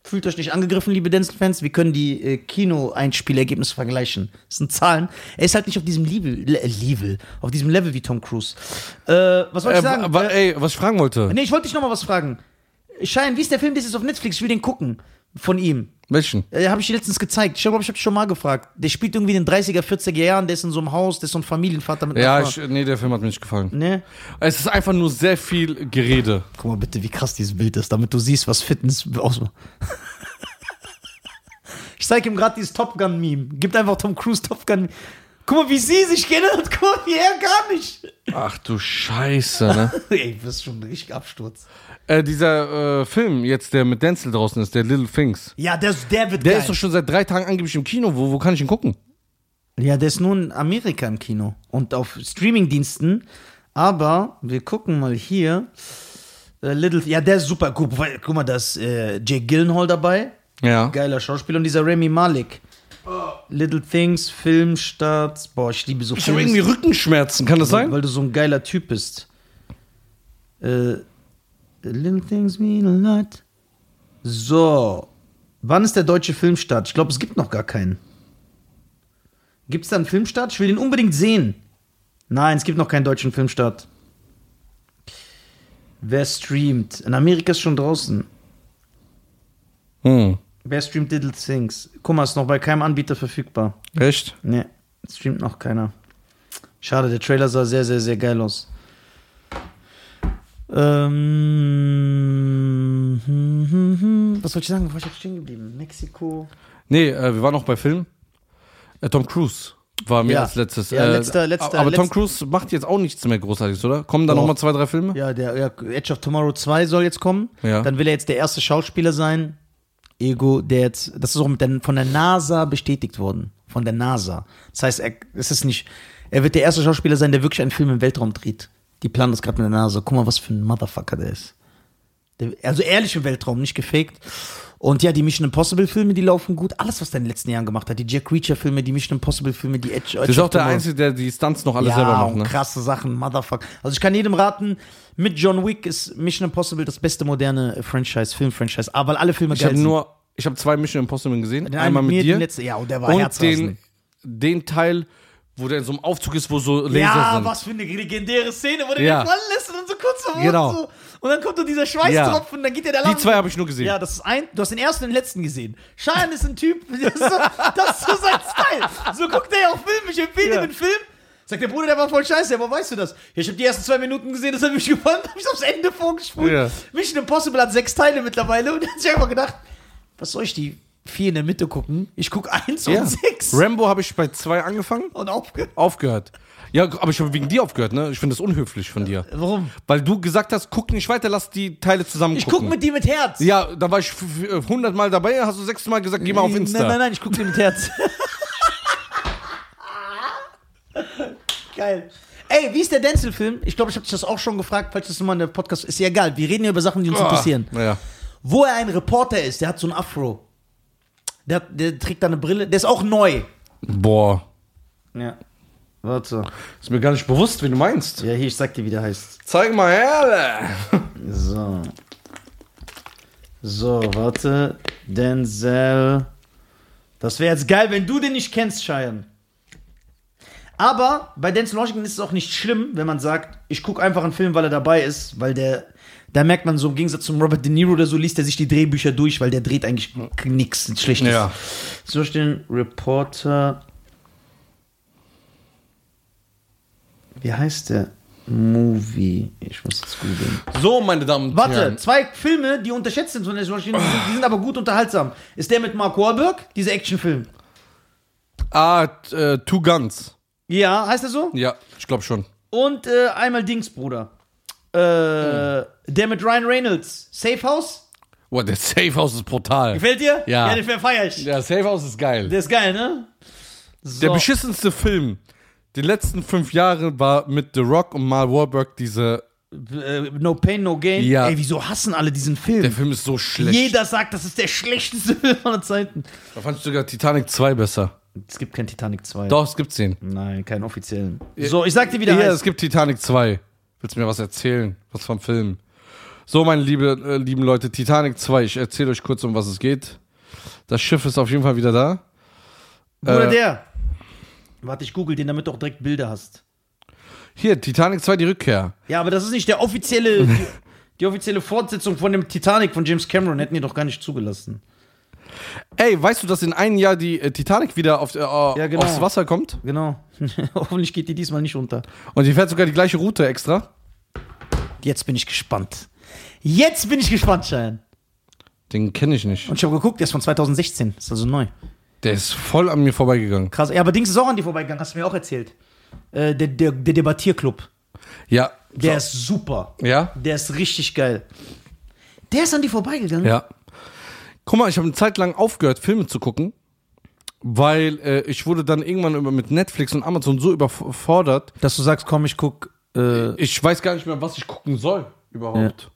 Fühlt euch nicht angegriffen, liebe Denzel-Fans. Wir können die äh, Kino-Einspielergebnisse vergleichen. Das sind Zahlen. Er ist halt nicht auf diesem Level, Le Level auf diesem Level wie Tom Cruise. Äh, was wollte Äh, ich sagen? wa- ey, was ich fragen wollte. nee, ich wollte dich noch mal was fragen. Schein, wie ist der Film, der ist jetzt auf Netflix? Ich will den gucken. Von ihm. Welchen? Äh, habe ich dir letztens gezeigt. Ich glaube, ich habe dich schon mal gefragt. Der spielt irgendwie in den 30er, 40er Jahren. Der ist in so einem Haus, der ist so ein Familienvater mit Ja, einer ich, nee, der Film hat mir nicht gefallen. Ne? Es ist einfach nur sehr viel Gerede. Guck mal bitte, wie krass dieses Bild ist, damit du siehst, was Fitness ausmacht. ich zeige ihm gerade dieses Top Gun-Meme. Gib einfach Tom Cruise Top Gun. Guck mal, wie sie sich geändert hat. Guck mal, wie er gar nicht. Ach du Scheiße, ne? Ey, das ist schon ein richtiger Absturz. äh, dieser äh, Film jetzt, der mit Denzel draußen ist, der Little Things. Ja, der, ist- der wird Der geil. ist doch schon seit drei Tagen angeblich im Kino. Wo, wo kann ich ihn gucken? ja, der ist nur in Amerika im Kino und auf Streamingdiensten. Aber wir gucken mal hier. Äh, Little, ja, der ist super. Guck, weil- guck mal, da ist äh, Jake Gyllenhaal dabei. Ja. Geiler Schauspieler und dieser Remy Malik. Little Things, Filmstarts. Boah, ich liebe so Ich habe irgendwie Rückenschmerzen, kann das sein? weil du so ein geiler Typ bist. Äh, little Things mean a lot. So. Wann ist der deutsche Filmstart? Ich glaube, es gibt noch gar keinen. Gibt es da einen Filmstart? Ich will den unbedingt sehen. Nein, es gibt noch keinen deutschen Filmstart. Wer streamt? In Amerika ist schon draußen. Hm. Wer streamt Little Things? Guck mal, ist noch bei keinem Anbieter verfügbar. Echt? Ne, streamt noch keiner. Schade, der Trailer sah sehr, sehr, sehr geil aus. Ähm, hm, hm, hm. Was wollte ich sagen? Wo war ich jetzt stehen geblieben? Mexiko. Nee, äh, wir waren auch bei Film. Äh, Tom Cruise war mir Ja. als letztes. Ja, äh, letzter- letzter- aber Tom letz- Cruise macht jetzt auch nichts mehr Großartiges, oder? Kommen da Doch. nochmal zwei, drei Filme? Ja, der ja, Edge of Tomorrow 2 soll jetzt kommen. Ja. Dann will er jetzt der erste Schauspieler sein. Ego, der jetzt, das ist auch mit der, von der NASA bestätigt worden. Von der NASA. Das heißt, er, es ist nicht, er wird der erste Schauspieler sein, der wirklich einen Film im Weltraum dreht. Die planen das gerade mit der NASA. Guck mal, was für ein Motherfucker der ist. Der, also ehrlich im Weltraum, nicht gefaked. Und ja, die Mission Impossible Filme, die laufen gut. Alles, was der in den letzten Jahren gemacht hat. Die Jack Reacher Filme, die Mission Impossible Filme, die Edge. Das ist auch der Einzige, der die Stunts noch alle selber macht, und ne? krasse Sachen, Motherfucker. Also ich kann jedem raten, mit John Wick ist Mission Impossible das beste moderne Franchise, Film-Franchise. Aber weil alle Filme Ich habe nur, ich habe zwei Mission Impossible gesehen. den einen Einmal mit mir, dir. Den letzten, ja, und der war und den, herzrasen. den Teil, wo der in so einem Aufzug ist, wo so Laser Ja, sind. was für eine legendäre Szene, wo der Ja. den fallen lässt und dann so kurz vor Genau. und so. Und dann kommt doch dieser Schweißtropfen, dann geht der der Die zwei habe ich nur gesehen. Ja, das ist ein, du hast den ersten und den letzten gesehen. Schein ist ein Typ, das ist so, das ist so sein Style. So guckt er ja auch Filme, ich empfehle Ja. ihm einen Film. Sagt der Bruder, der war voll scheiße, aber weißt du das? Ja, ich habe die ersten zwei Minuten gesehen, das hat mich gefallen, hab ich aufs Ende vorgespult. Ja. Mission Impossible hat sechs Teile mittlerweile und dann hab ich einfach gedacht, was soll ich die vier in der Mitte gucken? Ich guck eins Ja. und sechs Rambo habe ich bei zwei angefangen, und aufgehört. aufgehört. Ja, aber ich habe wegen dir aufgehört, ne? Ich finde das unhöflich von dir. Warum? Weil du gesagt hast, guck nicht weiter, lass die Teile zusammen Ich guck gucken. mit dir mit Herz. ja, da war ich f- f- 100 Mal dabei, hast du sechsmal gesagt, geh mal auf Insta. Nein, nein, nein, ich gucke dir mit Herz. Geil. Ey, wie ist der Denzel-Film? Ich glaube, ich habe dich das auch schon gefragt, falls das nochmal in der Podcast ist. Ja, egal, wir reden ja über Sachen, die uns interessieren. Ah, ja. Wo er ein Reporter ist, der hat so ein Afro. Der, hat, der trägt da eine Brille, der ist auch neu. Boah. Ja. Warte. Ist mir gar nicht bewusst, wie du meinst. Ja, hier, ich sag dir, wie der heißt. Zeig mal her. So. So, warte. Denzel. Das wäre jetzt geil, wenn du den nicht kennst, Cheyenne. Aber bei Denzel Washington ist es auch nicht schlimm, wenn man sagt, ich gucke einfach einen Film, weil er dabei ist, weil der, da merkt man so im Gegensatz zum Robert De Niro oder so, liest er sich die Drehbücher durch, weil der dreht eigentlich nichts, nichts Schlechtes. Ja. So stehen Reporter. Wie heißt der? Movie. Ich muss jetzt googeln. So, meine Damen und Warte, Herren. zwei Filme, die unterschätzt sind, von Denzel Washington, die sind- die sind aber gut unterhaltsam. Ist der mit Mark Wahlberg, dieser Actionfilm? Ah, t- äh, Two Guns. Ja, heißt er so? Ja, ich glaube schon. Und äh, einmal Dings, Bruder. Hm. Äh, Der mit Ryan Reynolds. Safe House? Boah, der Safe House ist brutal. Gefällt dir? Ja. Ja, den Film feier ich. Der Safe House ist geil. Der ist geil, ne? So. Der beschissenste Film die letzten fünf Jahre war mit The Rock und Mark Wahlberg diese. äh, No Pain, No Gain. Ja. Ey, wieso hassen alle diesen Der Film? Film ist so schlecht. Jeder sagt, das ist der schlechteste Film aller Zeiten. Da fand ich sogar Titanic 2 besser. Es gibt kein Titanic 2. Doch, es gibt den. Nein, keinen offiziellen. So, ich sag dir, wie der Ja, heißt. es gibt Titanic 2. Willst du mir was erzählen? Was vom Film? So, meine liebe, äh, lieben Leute, Titanic 2. Ich erzähle euch kurz, um was es geht. Das Schiff ist auf jeden Fall wieder da. Oder Äh, der. Warte, ich google den, damit du auch direkt Bilder hast. Hier, Titanic 2, die Rückkehr. Ja, aber das ist nicht der offizielle, die, die offizielle Fortsetzung von dem Titanic von James Cameron. Hätten die doch gar nicht zugelassen. Ey, weißt du, dass in einem Jahr die äh, Titanic wieder auf, äh, genau. aufs Wasser kommt? Genau. Hoffentlich geht die diesmal nicht unter. Und die fährt sogar die gleiche Route extra. Jetzt bin ich gespannt. Jetzt bin ich gespannt, Schein. Den kenne ich nicht. Und ich habe geguckt, der ist von 2016. Ist also neu. Der ist voll an mir vorbeigegangen. Krass. Ja, aber Dings ist auch an dir vorbeigegangen, hast du mir auch erzählt. Äh, der, der, der Debattierclub. Ja. Der ist super. Ja? Der ist richtig geil. Der ist an dir vorbeigegangen? Ja. Guck mal, ich habe eine Zeit lang aufgehört, Filme zu gucken, weil äh, ich wurde dann irgendwann über, mit Netflix und Amazon so überfordert, Dass du sagst, komm, ich guck. Äh, ich weiß gar nicht mehr, was ich gucken soll überhaupt.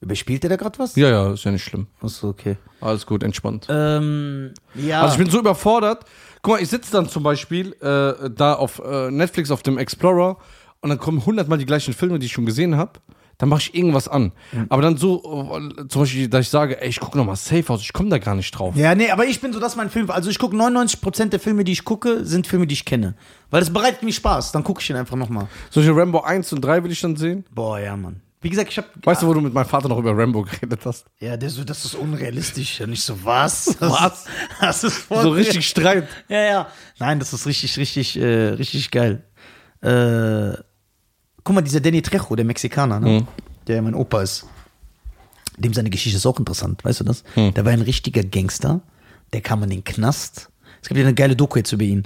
überspielt der da gerade was? Ja, ja, ist ja nicht schlimm. Achso, okay. Alles gut, entspannt. Ähm, ja. Also ich bin so überfordert. Guck mal, ich sitze dann zum Beispiel äh, da auf äh, Netflix auf dem Explorer und dann kommen hundertmal die gleichen Filme, die ich schon gesehen habe. dann mache ich irgendwas an. Mhm. Aber dann so, äh, zum Beispiel, dass ich sage, ey, ich gucke nochmal Safe House, ich komme da gar nicht drauf. Ja, nee, aber ich bin so, das ist mein Film. Also ich gucke 99% der Filme, die ich gucke, sind Filme, die ich kenne. Weil es bereitet mir Spaß. Dann gucke ich ihn einfach nochmal. Solche Rambo 1 und 3 will ich dann sehen. Boah, ja, Mann. Wie gesagt, ich habe. Weißt du, wo du mit meinem Vater noch über Rambo geredet hast? Ja, der so, das ist unrealistisch. Ja, nicht so, was? Was? Das ist voll So richtig Streit. Ja, ja. Nein, das ist richtig, richtig, äh, richtig geil. Äh, guck mal, dieser Danny Trejo, der Mexikaner, ne? der ja mein Opa ist. Dem seine Geschichte ist auch interessant, weißt du das? Der war ein richtiger Gangster, der kam in den Knast. Es gibt ja eine geile Doku jetzt über ihn.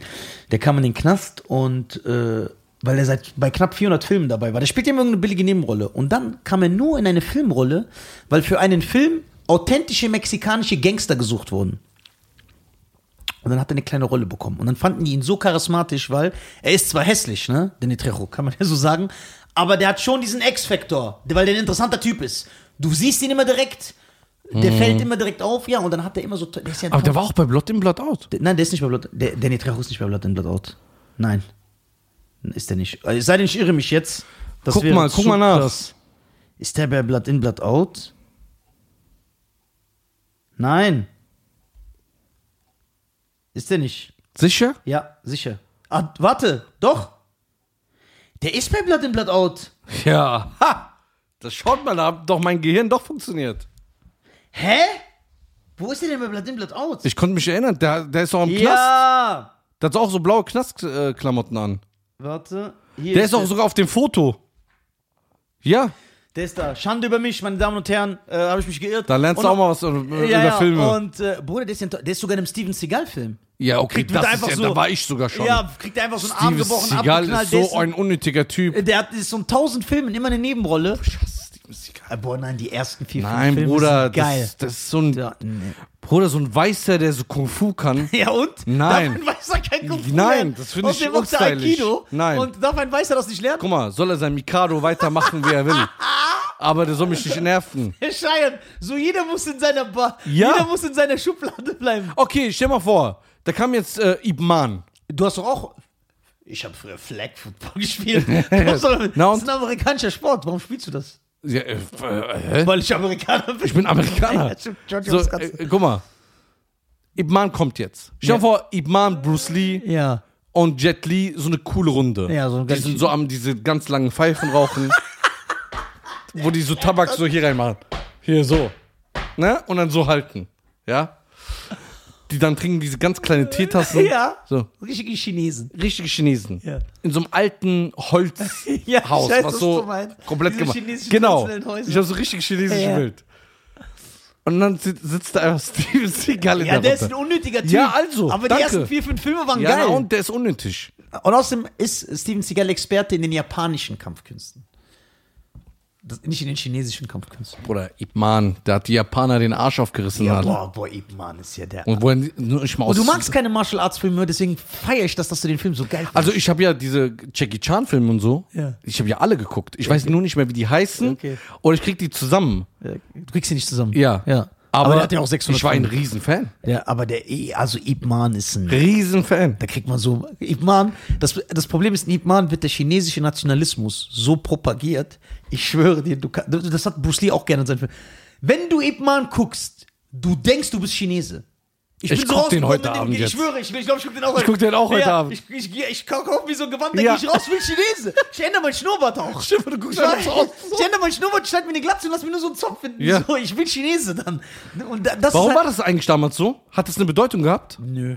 Der kam in den Knast und äh, weil er seit bei knapp 400 Filmen dabei war, der spielt ja immer irgendeine billige Nebenrolle. Und dann kam er nur in eine Filmrolle, weil für einen Film authentische mexikanische Gangster gesucht wurden. Und dann hat er eine kleine Rolle bekommen. Und dann fanden die ihn so charismatisch, weil er ist zwar hässlich, ne? Danny Trejo, kann man ja so sagen. Aber der hat schon diesen X-Faktor, weil der ein interessanter Typ ist. Du siehst ihn immer direkt, der fällt immer direkt auf, ja, und dann hat er immer so. Der ist ja Mhm. Aber der war auch bei Blood in Blood Out. der- Nein, der ist nicht bei Blood. Der, Danny Trejo ist nicht bei Blood in Blood Out. Nein. Ist der nicht. Es sei denn, ich irre mich jetzt. Das guck wäre mal, zu guck mal nach. krass. Ist der bei Blood in Blood Out? Nein. Ist der nicht. Sicher? Ja, sicher. Ah, warte, doch. Der ist bei Blood in Blood Out. Ja. Ha! Das schaut mal, da hat doch mein Gehirn doch funktioniert. Hä? Wo ist der denn bei Blood in Blood Out? Ich konnte mich erinnern, der, der ist doch im Knast. ja. Der hat auch so blaue Knastklamotten an. Warte. Hier Der ist auch sogar auf dem Foto. Ja, Der ist da. Schande über mich, meine Damen und Herren. Äh, Habe ich mich geirrt. da lernst und, du auch mal was äh, über ja, ja. Filme. Und äh, Bruder, der ist, ja, der ist sogar in einem Steven Seagal-Film. ja, okay, Kriegt mit das ist einfach ja, so- da war ich sogar schon. Ja, kriegt einfach so einen Arm Steven gebrochen, Seagal abgeknallt. ist der, so ist ein unnötiger Typ. der hat ist so in tausend Filmen immer eine Nebenrolle. Ich hasse Steven Seagal. Äh, Boah, nein, die ersten vier, fünf Nein, Filme Bruder, sind geil. das, das ist so ein ja, nee. Bruder, so ein Weißer, der so Kung Fu kann. Ja und? Nein. Darf ein Weißer kein Kung Fu Nein, lernen? das finde ich Außerdem macht er unstylisch. Aikido. Nein. Und darf ein Weißer das nicht lernen? Guck mal, soll er sein Mikado weitermachen, wie er will. Aber der soll mich nicht nerven. Herr Scheier, so jeder muss in seiner ba Ja. jeder muss in seiner Schublade bleiben. Okay, stell mal vor, da kam jetzt äh, Ip Man. Du hast doch auch. Ich habe früher Flag Football gespielt. Du hast doch, Na das ist ein amerikanischer Sport. Warum spielst du das? Ja, äh, f- äh, hä? Weil ich Amerikaner bin. ich bin Ja, Amerikaner. stimmt, George So, Jones Katze. äh, guck mal. Ip Man kommt jetzt. Stell mal Ja. vor, Ip Man, Bruce Lee Ja. und Jet Li, so eine coole Runde. Ja, so ein die ganz- sind so am diese ganz langen Pfeifen rauchen. wo die so Tabak so hier reinmachen. Hier so. Ne? Und dann so halten. Ja? Die dann trinken diese ganz kleinen Teetassen. Ja. So. Richtige Chinesen. richtige Chinesen. Ja. In so einem alten Holzhaus, Ja, ich weiß, was was so du meinst. komplett Diese gemacht. chinesischen Genau. einzelnen Häuser. Ich habe so richtig chinesisches Ja, ja. Bild. Und dann sit- sitzt da einfach Steven Seagal in Ja, der ist ein Runde. unnötiger Typ. Ja, also, Aber die danke. ersten vier, fünf Filme waren Ja, geil. und der ist unnötig. Und außerdem ist Steven Seagal Experte in den japanischen Kampfkünsten. Das, nicht in den chinesischen Kampfkünsten. Bruder, Ip Man, da hat die Japaner den Arsch aufgerissen. Ja, Alter. boah, boah, Ip Man ist ja der. Und wollen nur nicht mal Und du aus- magst keine Martial Arts Filme, deswegen feiere ich das, dass du den Film so geil findest. Also ich habe ja diese Jackie Chan Filme und so. Ja. Ich habe ja alle geguckt. Ich weiß nur nicht mehr, wie die heißen. Okay. Oder ich krieg die zusammen. du kriegst sie nicht zusammen. Ja. ja. Aber, der hat ja auch 600 Ich war ein Filme. Riesenfan. Ja, aber der, eh- also Ip Man ist ein. Riesenfan. Da kriegt man so. Ip Man, das, das Problem ist, in Ip Man wird der chinesische Nationalismus so propagiert. Ich schwöre dir, du kann, das hat Bruce Lee auch gerne in seinen Filmen. Wenn du Ip Man guckst, du denkst, du bist Chinese. Ich bin guck den rausgekommen heute mit dem- Abend Ich jetzt. schwöre, ich, ich glaube, ich guck den auch heute guck den auch heute ja, Abend. Ich, ich, ich, ich kaufe mir so ein Gewand, dann Ja. geh ich raus, bin Chinese. Ich ändere mein Schnurrbart auch. Stimmt, du guckst einfach so aus. Ich ändere mein Schnurrbart, ich schneide mir eine Glatze und lass mir nur so einen Zopf finden. Ja. So, ich bin Chinese dann. Und da- das Warum ist war halt, das eigentlich damals so? Hat das eine Bedeutung gehabt? Nö.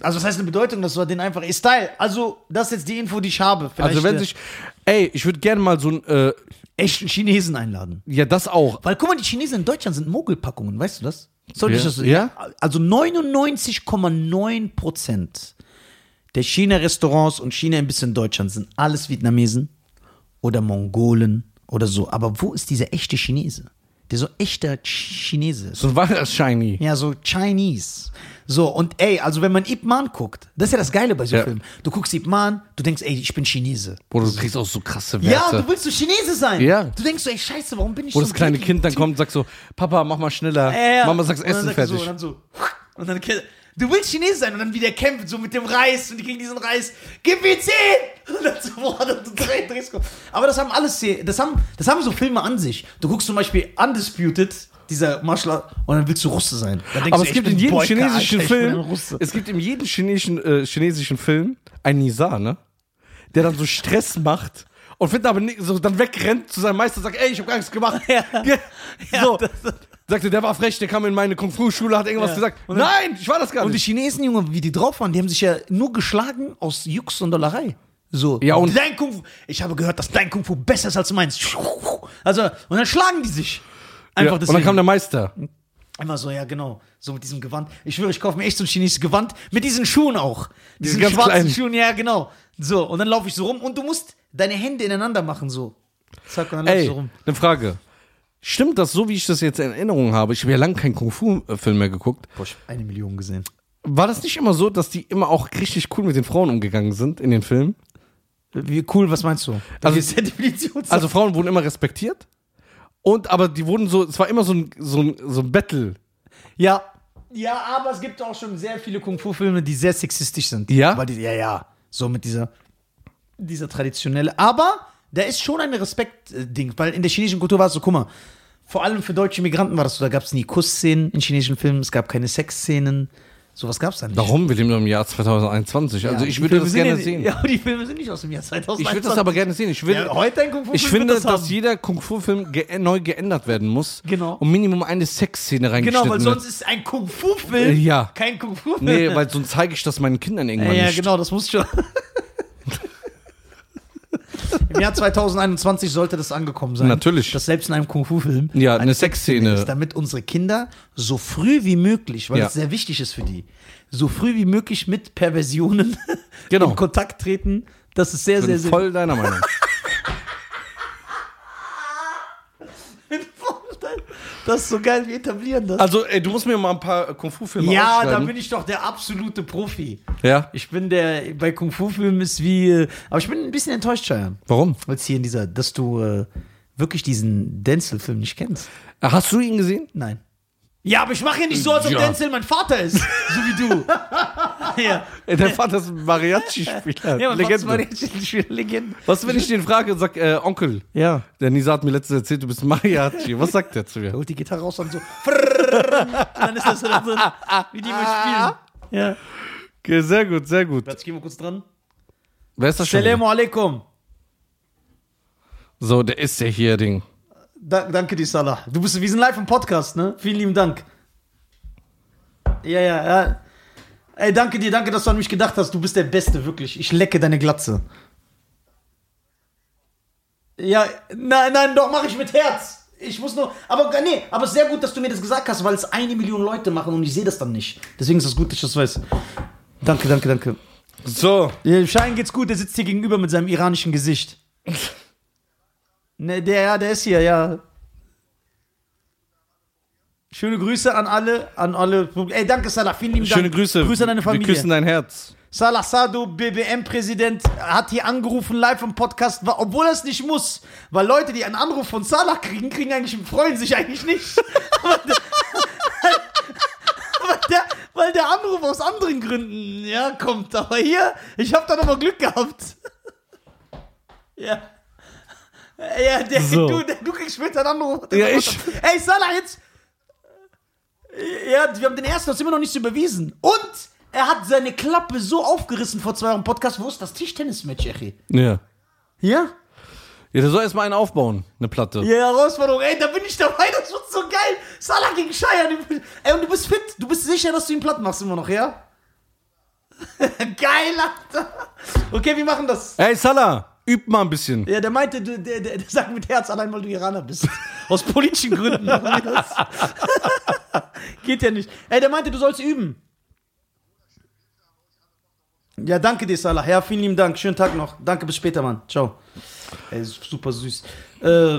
Also was heißt eine Bedeutung, das war den einfach ist Style. Also das ist jetzt die Info, die ich habe. Vielleicht, Also wenn äh, sich, ey, ich würde gerne mal so ein, äh, echten Chinesen einladen. ja das auch. Weil guck mal, die Chinesen in Deutschland sind Mogelpackungen, weißt du das? Sollte ich Ja. das Ja. Also 99,9 Prozent der China-Restaurants und China ein bisschen Deutschland sind alles Vietnamesen oder Mongolen oder so. Aber wo ist dieser echte Chinese? Der so echter Chinese ist. So ein wahrer Shiny. Ja, so Chinese. So, und ey, also wenn man Ip Man guckt, das ist ja das Geile bei so Ja. Filmen. Du guckst Ip Man, du denkst, ey, ich bin Chinese. Bruder, du kriegst auch so krasse Ja, Ah, Werte. du willst so Chinese sein. Ja. Du denkst so, ey, scheiße, warum bin ich Wo so das kleine dreckig? Kind dann kommt und sagt so, Papa, mach mal schneller. Ja, ja. Mama sagt, Und dann Essen sagt er fertig. So, und dann so. Und dann, ke- Du willst Chinese sein und dann wieder kämpfen, so mit dem Reis und die kriegen diesen Reis. Gib mir 10! Und dann so, boah, dann drei drehst du. Aber das haben alles, Se- das haben, das haben so Filme an sich. Du guckst zum Beispiel Undisputed, dieser Martial Art, und dann willst du Russe sein. Dann denkst Aber es du, ich gibt bin in jedem Boyka, chinesischen Alter, ich bin ein Film, Russe. es gibt in jedem chinesischen, äh, chinesischen Film einen Nisa, ne? Der dann so Stress macht und wird aber nicht, so dann wegrennt zu seinem Meister und sagt, ey, ich hab gar nichts gemacht. Ja. Ge- Ja, so. das- Sagte, der war frech, der kam in meine Kung-Fu-Schule, hat irgendwas Ja. gesagt. Und dann- Nein, ich war das gar Und die nicht. Chinesen, Junge, wie die drauf waren, die haben sich ja nur geschlagen aus Jux und Dollerei. So. Ja, und- dein Kung Fu, ich habe gehört, dass dein Kung Fu besser ist als meins. Also, und dann schlagen die sich. Einfach ja. Und dann kam der Meister. Immer so, ja, genau. So mit diesem Gewand. Ich schwöre, ich kaufe mir echt so ein chinesisches Gewand. Mit diesen Schuhen auch. Diesen ganz schwarzen kleinen. Schuhen, ja, genau. So, und dann laufe ich so rum und du musst deine Hände ineinander machen, so. Zack, und dann laufst Ey, du rum. eine Frage. Stimmt das so, wie ich das jetzt in Erinnerung habe? Ich habe ja lange keinen Kung-Fu-Film mehr geguckt. Boah, ich hab eine Million gesehen. War das nicht immer so, dass die immer auch richtig cool mit den Frauen umgegangen sind in den Filmen? Wie cool, was meinst du? Also- ist der Definition. Also Frauen wurden immer respektiert. Und aber die wurden so, es war immer so ein, so ein, so ein Battle. Ja. Ja, aber es gibt auch schon sehr viele Kung-Fu-Filme, die sehr sexistisch sind. Ja? Weil die, ja, ja. So mit dieser, dieser traditionelle. Aber da ist schon ein Respekt-Ding, weil in der chinesischen Kultur war es so, guck mal, vor allem für deutsche Migranten war das so, da gab es nie Kussszenen in chinesischen Filmen, es gab keine Sexszenen, sowas gab es da nicht. Warum? Wir leben doch im Jahr 2021. Ja, Also ich die würde Filme das sind gerne ja, sehen. Ja, aber die Filme sind nicht aus dem Jahr 2000. Ich würde das aber gerne sehen. Ich, will, Ja, heute ein Kung-Fu-Film ich wird finde, das dass haben. jeder Kung-Fu-Film ge neu geändert werden muss. Genau. Und Minimum eine Sexszene reingeschnitten Genau, weil wird. sonst ist ein Kung-Fu-Film Äh, ja. kein Kung-Fu-Film. Nee, weil sonst zeige ich das meinen Kindern irgendwann ja, nicht. genau, das muss schon. Im Jahr 2021 sollte das angekommen sein. Natürlich. Dass selbst in einem Kung-Fu-Film Ja, eine Sexszene. ist, damit unsere Kinder so früh wie möglich, weil Ja. das sehr wichtig ist für die, so früh wie möglich mit Perversionen Genau. in Kontakt treten. Das ist sehr, Ich bin sehr, sehr voll deiner Meinung. Das ist so geil, wir etablieren das. Also, ey, du musst mir mal ein paar Kung-Fu-Filme ja, da aufschreiben. bin ich doch der absolute Profi. Ja, Ich bin der, bei Kung-Fu-Filmen ist wie, äh, aber ich bin ein bisschen enttäuscht, Cheyenne. warum? Als hier in dieser, dass du äh, wirklich diesen Denzel-Film nicht kennst. Hast du ihn gesehen? Nein. Ja, aber ich mache ja nicht so, als ob Ja. Denzel mein Vater ist. So wie du. ja. Ey, Dein Vater ist ein Mariachi-Spieler. Ja, mein Vater war Legende. die Legende. Was, wenn ich den frage und sag, äh, Onkel, Ja. der Nisa hat mir letztens erzählt, du bist Mariachi. Was sagt der zu Er mir? holt die Gitarre raus und so. und dann ist das so, dann so wie die mal spielen. Ja. Okay, sehr gut, sehr gut. Jetzt gehen wir kurz dran. Wer ist das schon? wieder? Salamu alaikum. So, der ist ja hier, Ding. Da, danke dir, Salah. Du bist, wir sind live im Podcast, ne? Vielen lieben Dank. Ja, ja, ja. Ey, danke dir, danke, dass du an mich gedacht hast. Du bist der Beste, wirklich. Ich lecke deine Glatze. Ja, nein, nein, doch, mache ich mit Herz. Ich muss nur, aber nee, aber sehr gut, dass du mir das gesagt hast, weil es eine Million Leute machen und ich sehe das dann nicht. Deswegen ist es gut, dass ich das weiß. Danke, danke, danke. So, Ja, Äh, Schein geht's gut, der sitzt hier gegenüber mit seinem iranischen Gesicht. Ne, der, ja, der ist hier, ja. Schöne Grüße an alle, an alle. Ey, danke Salah, vielen lieben schöne Dank. Grüße. Grüße an deine Familie. Wir küssen dein Herz. Salah Sado, BBM-Präsident, hat hier angerufen, live im Podcast, wa- obwohl er es nicht muss. Weil Leute, die einen Anruf von Salah kriegen, kriegen eigentlich, freuen sich eigentlich nicht. Aber der, weil, der, weil der Anruf aus anderen Gründen ja, kommt. Aber hier, ich habe da nochmal Glück gehabt. Ja. Äh, Ja, der, So. du, der, du kriegst später einen Anruf. Ja, ich- Ey, Salah, jetzt... Ja, wir haben den ersten, das immer noch nicht so überwiesen. Und er hat seine Klappe so aufgerissen vor zwei Wochen im Podcast. Wo ist das Tischtennis-Match, Echi? Ja. Ja? Ja, der soll erstmal einen aufbauen, eine Platte. Ja, Herausforderung. Ey, da bin ich dabei. Das wird so geil. Salah gegen Scheier. Ey, und du bist fit. Du bist sicher, dass du ihn platt machst immer noch, ja? geil, Alter. Okay, wir machen das. Ey, Salah, üb mal ein bisschen. Ja, der meinte, du, der, der, der sagt mit Herz, allein weil du Iraner bist. Aus politischen Gründen. machen wir das. Geht ja nicht. Ey, der meinte, du sollst üben. Ja, danke dir, Salah. Ja, vielen lieben Dank. Schönen Tag noch. Danke, bis später, Mann. Ciao. Ey, super süß. Äh,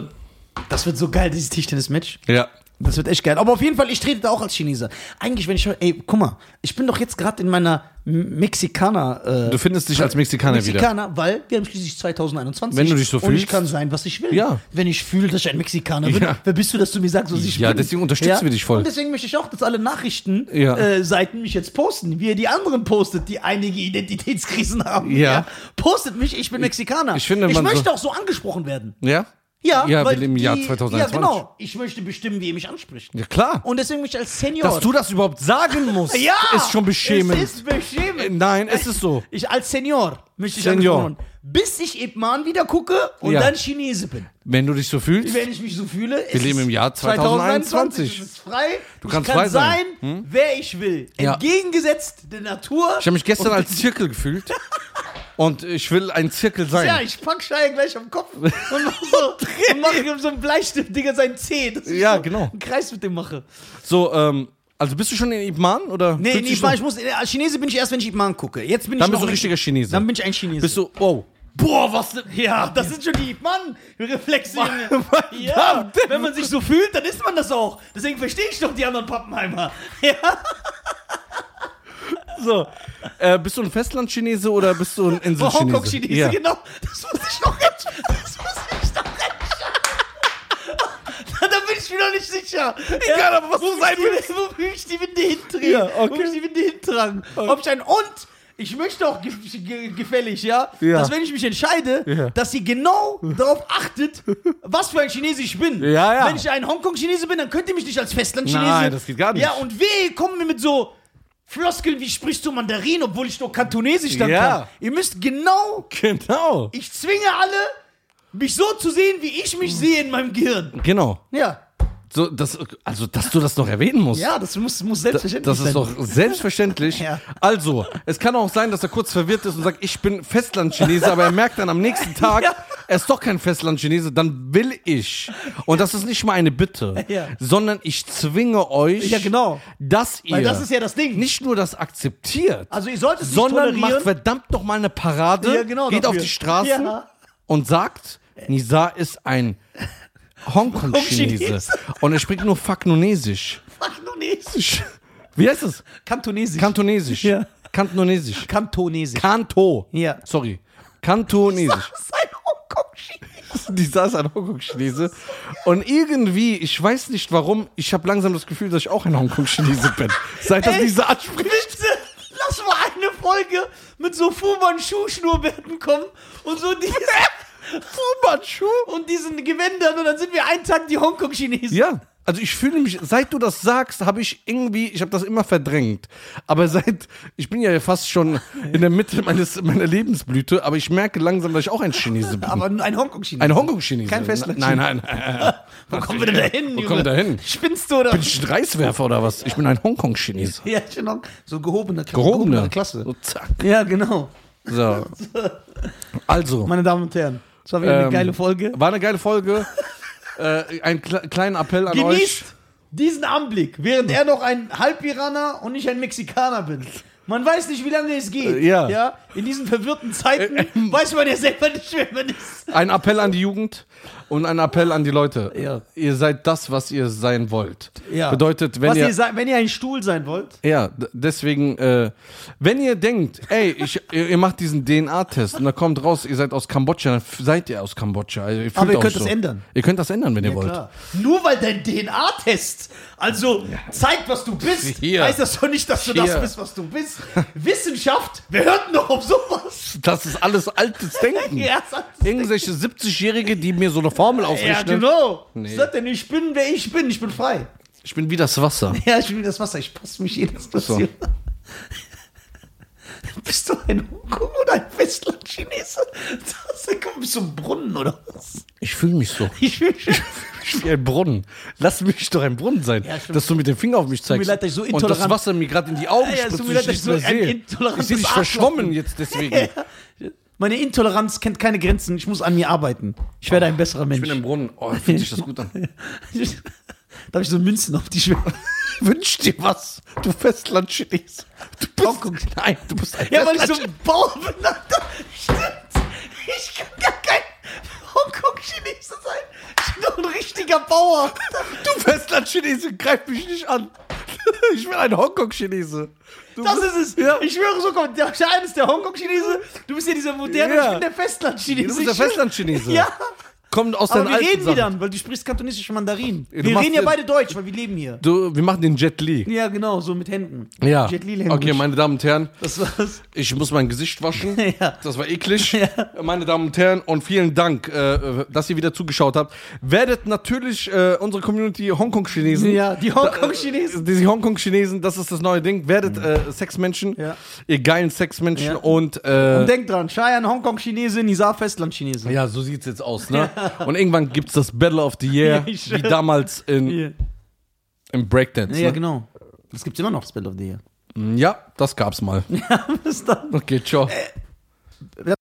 das wird so geil, dieses Tischtennis-Match. Ja. Das wird echt geil. Aber auf jeden Fall, ich trete da auch als Chineser. Eigentlich, wenn ich höre, ey, guck mal, ich bin doch jetzt gerade in meiner M- Mexikaner. Äh, Du findest dich als Mexikaner wieder. Mexikaner, weil wir haben schließlich 2021. Wenn du dich so Und ich fühlst. kann sein, was ich will. Ja. Wenn ich fühle, dass ich ein Mexikaner bin, Ja. wer bist du, dass du mir sagst, was ich Ja, bin? deswegen unterstützen wir dich voll. Und deswegen möchte ich auch, dass alle Nachrichtenseiten Ja. äh, Seiten mich jetzt posten, wie ihr die anderen postet, die einige Identitätskrisen haben. Ja. Postet mich, ich bin Mexikaner. ich finde, ich man so- möchte auch so angesprochen werden. Ja? Ja, Ja, weil wir leben im Jahr die- 2021. Ja, genau. Ich möchte bestimmen, wie ihr mich anspricht. Ja, klar. Und deswegen mich als Senior. Dass du das überhaupt sagen musst, ja, ist schon beschämend. Es ist beschämend. Äh, Nein, es ist so. Ich als Senior möchte ich Senior. angesprochen werden. Bis ich Ip Man wieder gucke und Ja. dann Chinese bin. Wenn du dich so fühlst, Wenn ich mich so fühle, Wir leben im Jahr 2021. Es ist frei. Du kannst ich kann frei sein. Hm? wer ich will. Ja. Entgegengesetzt der Natur. Ich habe mich gestern Und- als Zirkel gefühlt. Und ich will ein Zirkel sein. Ja, ich pack Scheier gleich am Kopf und mach so, und mach ihm so einen Bleistift, Digga, seinen Zeh. dass ich Ja, so genau. Einen Kreis mit dem mache. So, ähm, also bist du schon in Ibman oder? Nee, fühlst nee, du ich, schon- war, ich muss, äh, als Chinese bin ich erst, wenn ich Ip Man gucke. Jetzt bin Dann bist ich noch du nicht- richtiger Chinese. Dann bin ich ein Chinese. bist du, wow. Boah, was ne- ja, das sind schon die Ip Man Reflexe. Junge. mein ja, wenn man sich so fühlt, dann ist man das auch. Deswegen verstehe ich doch die anderen Pappenheimer. Ja. so. Äh, bist du ein Festlandchinese oder bist du ein Oh, Inselchinese? Hongkong-Chinese, ja. genau. Das muss ich noch jetzt. Das muss ich doch jetzt. Da bin ich mir noch nicht sicher. Egal, aber was du sein willst. Wofür ich die Winde hindrehe. Ja, okay. Wofür ich die Winde hintragen. Ob ich ein und. Ich möchte auch ge ge gefällig, ja, Ja. dass wenn ich mich entscheide, Ja. dass sie genau darauf achtet, was für ein Chinese ich bin. Ja, ja. Wenn ich ein Hongkong-Chinese bin, dann könnt ihr mich nicht als Festland-Chinese. Nein, das geht gar nicht. Ja, und wehe, kommen wir mit so Floskeln, wie sprichst du Mandarin, obwohl ich doch Kantonesisch dann Ja. kann. Ihr müsst genau, Genau. ich zwinge alle, mich so zu sehen, wie ich mich sehe in meinem Gehirn. Genau. Ja, So, das, also, dass du das noch erwähnen musst. ja, das muss, muss Das selbstverständlich ist sein. doch selbstverständlich. Ja. Also, es kann auch sein, dass er kurz verwirrt ist und sagt, ich bin Festlandchinese, aber er merkt dann am nächsten Tag, Ja. er ist doch kein Festlandchinese, dann will ich. Und das ist nicht mal eine Bitte, Ja. sondern ich zwinge euch, Ja, genau. dass ihr Weil das ist ja das Ding. nicht nur das akzeptiert, also ihr solltet es nicht sondern macht tolerieren. verdammt noch mal eine Parade, Ja, genau geht auf dafür. die Straßen Ja. und sagt, Nisa ist ein Hongkong-Chinese Hongkong-Chinese. und er spricht nur Faknonesisch. Kantonesisch. Wie heißt es? Kantonesisch. Kantonesisch. Ja. Kantonesisch. Kantonesisch. Kanto. Ja. Sorry. Kantonesisch. Das ist ein Hongkong-Chinese. Die saß ein Hongkong-Chinese. Und irgendwie, ich weiß nicht warum, ich habe langsam das Gefühl, dass ich auch ein Hongkong-Chinese bin. Seit das Ey. diese anspricht. Bitte, lass mal eine Folge mit so Fuban Schuhschnurrbärten kommen und so diese Fuban Schuh und diesen Gewändern und dann sind wir einen Tag die Hongkong-Chinesen. Ja. Also ich fühle mich, seit du das sagst, habe ich irgendwie, ich habe das immer verdrängt. Aber seit, ich bin ja fast schon in der Mitte meines, meiner Lebensblüte, aber ich merke langsam, dass ich auch ein Chinese bin. Aber ein Hongkong-Chinese. ein Hongkong-Chinese. Kein Festland- Nein, nein, nein. Wo kommen wir denn da hin? Wo Junge? kommen wir da hin? Spinnst du oder? Bin ich ein Reiswerfer oder was? Ich bin ein Hongkong-Chinese. ja, genau. So gehobener Gehobene Klasse. So, zack. Ja, genau. So. Also, Meine Damen und Herren, das war wieder eine Ähm, geile Folge. war eine geile Folge. äh, ein kle kleinen Appell an Genießt euch. diesen Anblick, während er noch ein Halbiraner und ich ein Mexikaner bin. Man weiß nicht, wie lange es geht. Äh, ja. Äh, ähm. In diesen verwirrten Zeiten weiß man ja selber nicht, wer man ist. Ein Appell an die Jugend und ein Appell an die Leute. Ja. Ihr seid das, was ihr sein wollt. Ja. Bedeutet, wenn Was ihr. ihr sei- wenn ihr ein Stuhl sein wollt, ja, d- deswegen, äh, wenn ihr denkt, ey, ich, ihr, ihr macht diesen DNA-Test und da kommt raus, ihr seid aus Kambodscha, dann f- seid ihr aus Kambodscha. Also, ihr fühlt Aber ihr euch könnt so. das ändern. Ihr könnt das ändern, wenn ihr wollt. klar. nur weil dein DNA-Test also zeigt, was du bist, Hier. heißt das doch nicht, dass du Hier. das bist, was du bist. Wissenschaft, wer hört noch auf sowas? Das ist alles altes Denken. Ja, sagt- Irgendwelche 70-Jährige, die mir so eine Formel ja aufrechnen. genau. ne? Nee. Sagt er, nicht, ich bin, wer ich bin, ich bin frei. Ich bin wie das Wasser. Ja, ich will das Wasser. Ich passe mich jedes So. Bisschen. Bist du ein Hongkong oder ein Festlandchinese? Das kommt zum Brunnen oder was? Ich fühle mich so. Ich will schon. Ich bin ein Brunnen. Lass mich doch ein Brunnen sein. Ja, stimmt. dass du mit dem Finger auf mich zeigst. mir leid, dass ich so Und das intolerant- Wasser mir gerade in die Augen Ja, ja, es spritzt. tut und mir ich leid, dass nicht ich so mehr ein sehe. intolerantes Ich bin nicht Arschloch verschwommen bin. jetzt deswegen. Meine Intoleranz kennt keine Grenzen. Ich muss an mir arbeiten. Ich werde ein besserer Ich bin Mensch. im Brunnen. Oh, fühlt sich das gut an. Darf ich so Münzen auf die Schwelle? Wünsch dir was, du Festlandchinese. Du bist, Hongkong. Nein, du bist ein Ja, weil ich so Festlandchinese. ein Bauer bin. Alter. Stimmt. Ich kann gar kein Hongkong-Chinese sein. Ich bin doch ein richtiger Bauer. Du Festlandchinese, greif mich nicht an. Ich bin ein Hongkong-Chinese. Du Das bist- ist es. Ja. Ich schwöre, so kommt der Schein ist der Hongkong-Chinese. Du bist ja dieser moderne, Ja. ich bin der Festland-Chinese. Du bist der Ich schwöre- Festlandchinese. Ja. Kommt aus Aber deinen wir alten reden Sachen. wieder, weil du sprichst kantonesisch und Mandarin. Ja, du wir machst reden ja ja- beide Deutsch, weil wir leben hier. Du, wir machen den Jet Li. Ja, genau, so mit Händen. Ja. Jet Li Language. Okay, meine Damen und Herren, Das war's. ich muss mein Gesicht waschen. Ja. Das war eklig. Meine Damen und Herren, und vielen Dank, äh, dass ihr wieder zugeschaut habt. Werdet natürlich äh, unsere Community Hongkong-Chinesen. Ja, die Hongkong-Chinesen. Diese Hongkong-Chinesen, das ist das neue Ding. Werdet äh, Sexmenschen, Mhm. Ja. ihr geilen Sexmenschen Ja. und, äh, Und denk dran, Cheyenne Hongkong-Chinese, Nizar Festland-Chinese. ja, so sieht's jetzt aus, ne? Und irgendwann gibt's das Battle of the Year, Ja, ich wie schwör. damals in, Ja. im Breakdance. ja, ne? Mm, genau. Das gibt's immer noch, Spell of the Year. ja, das gab's mal. Bis dann. Okay, ciao. Ja,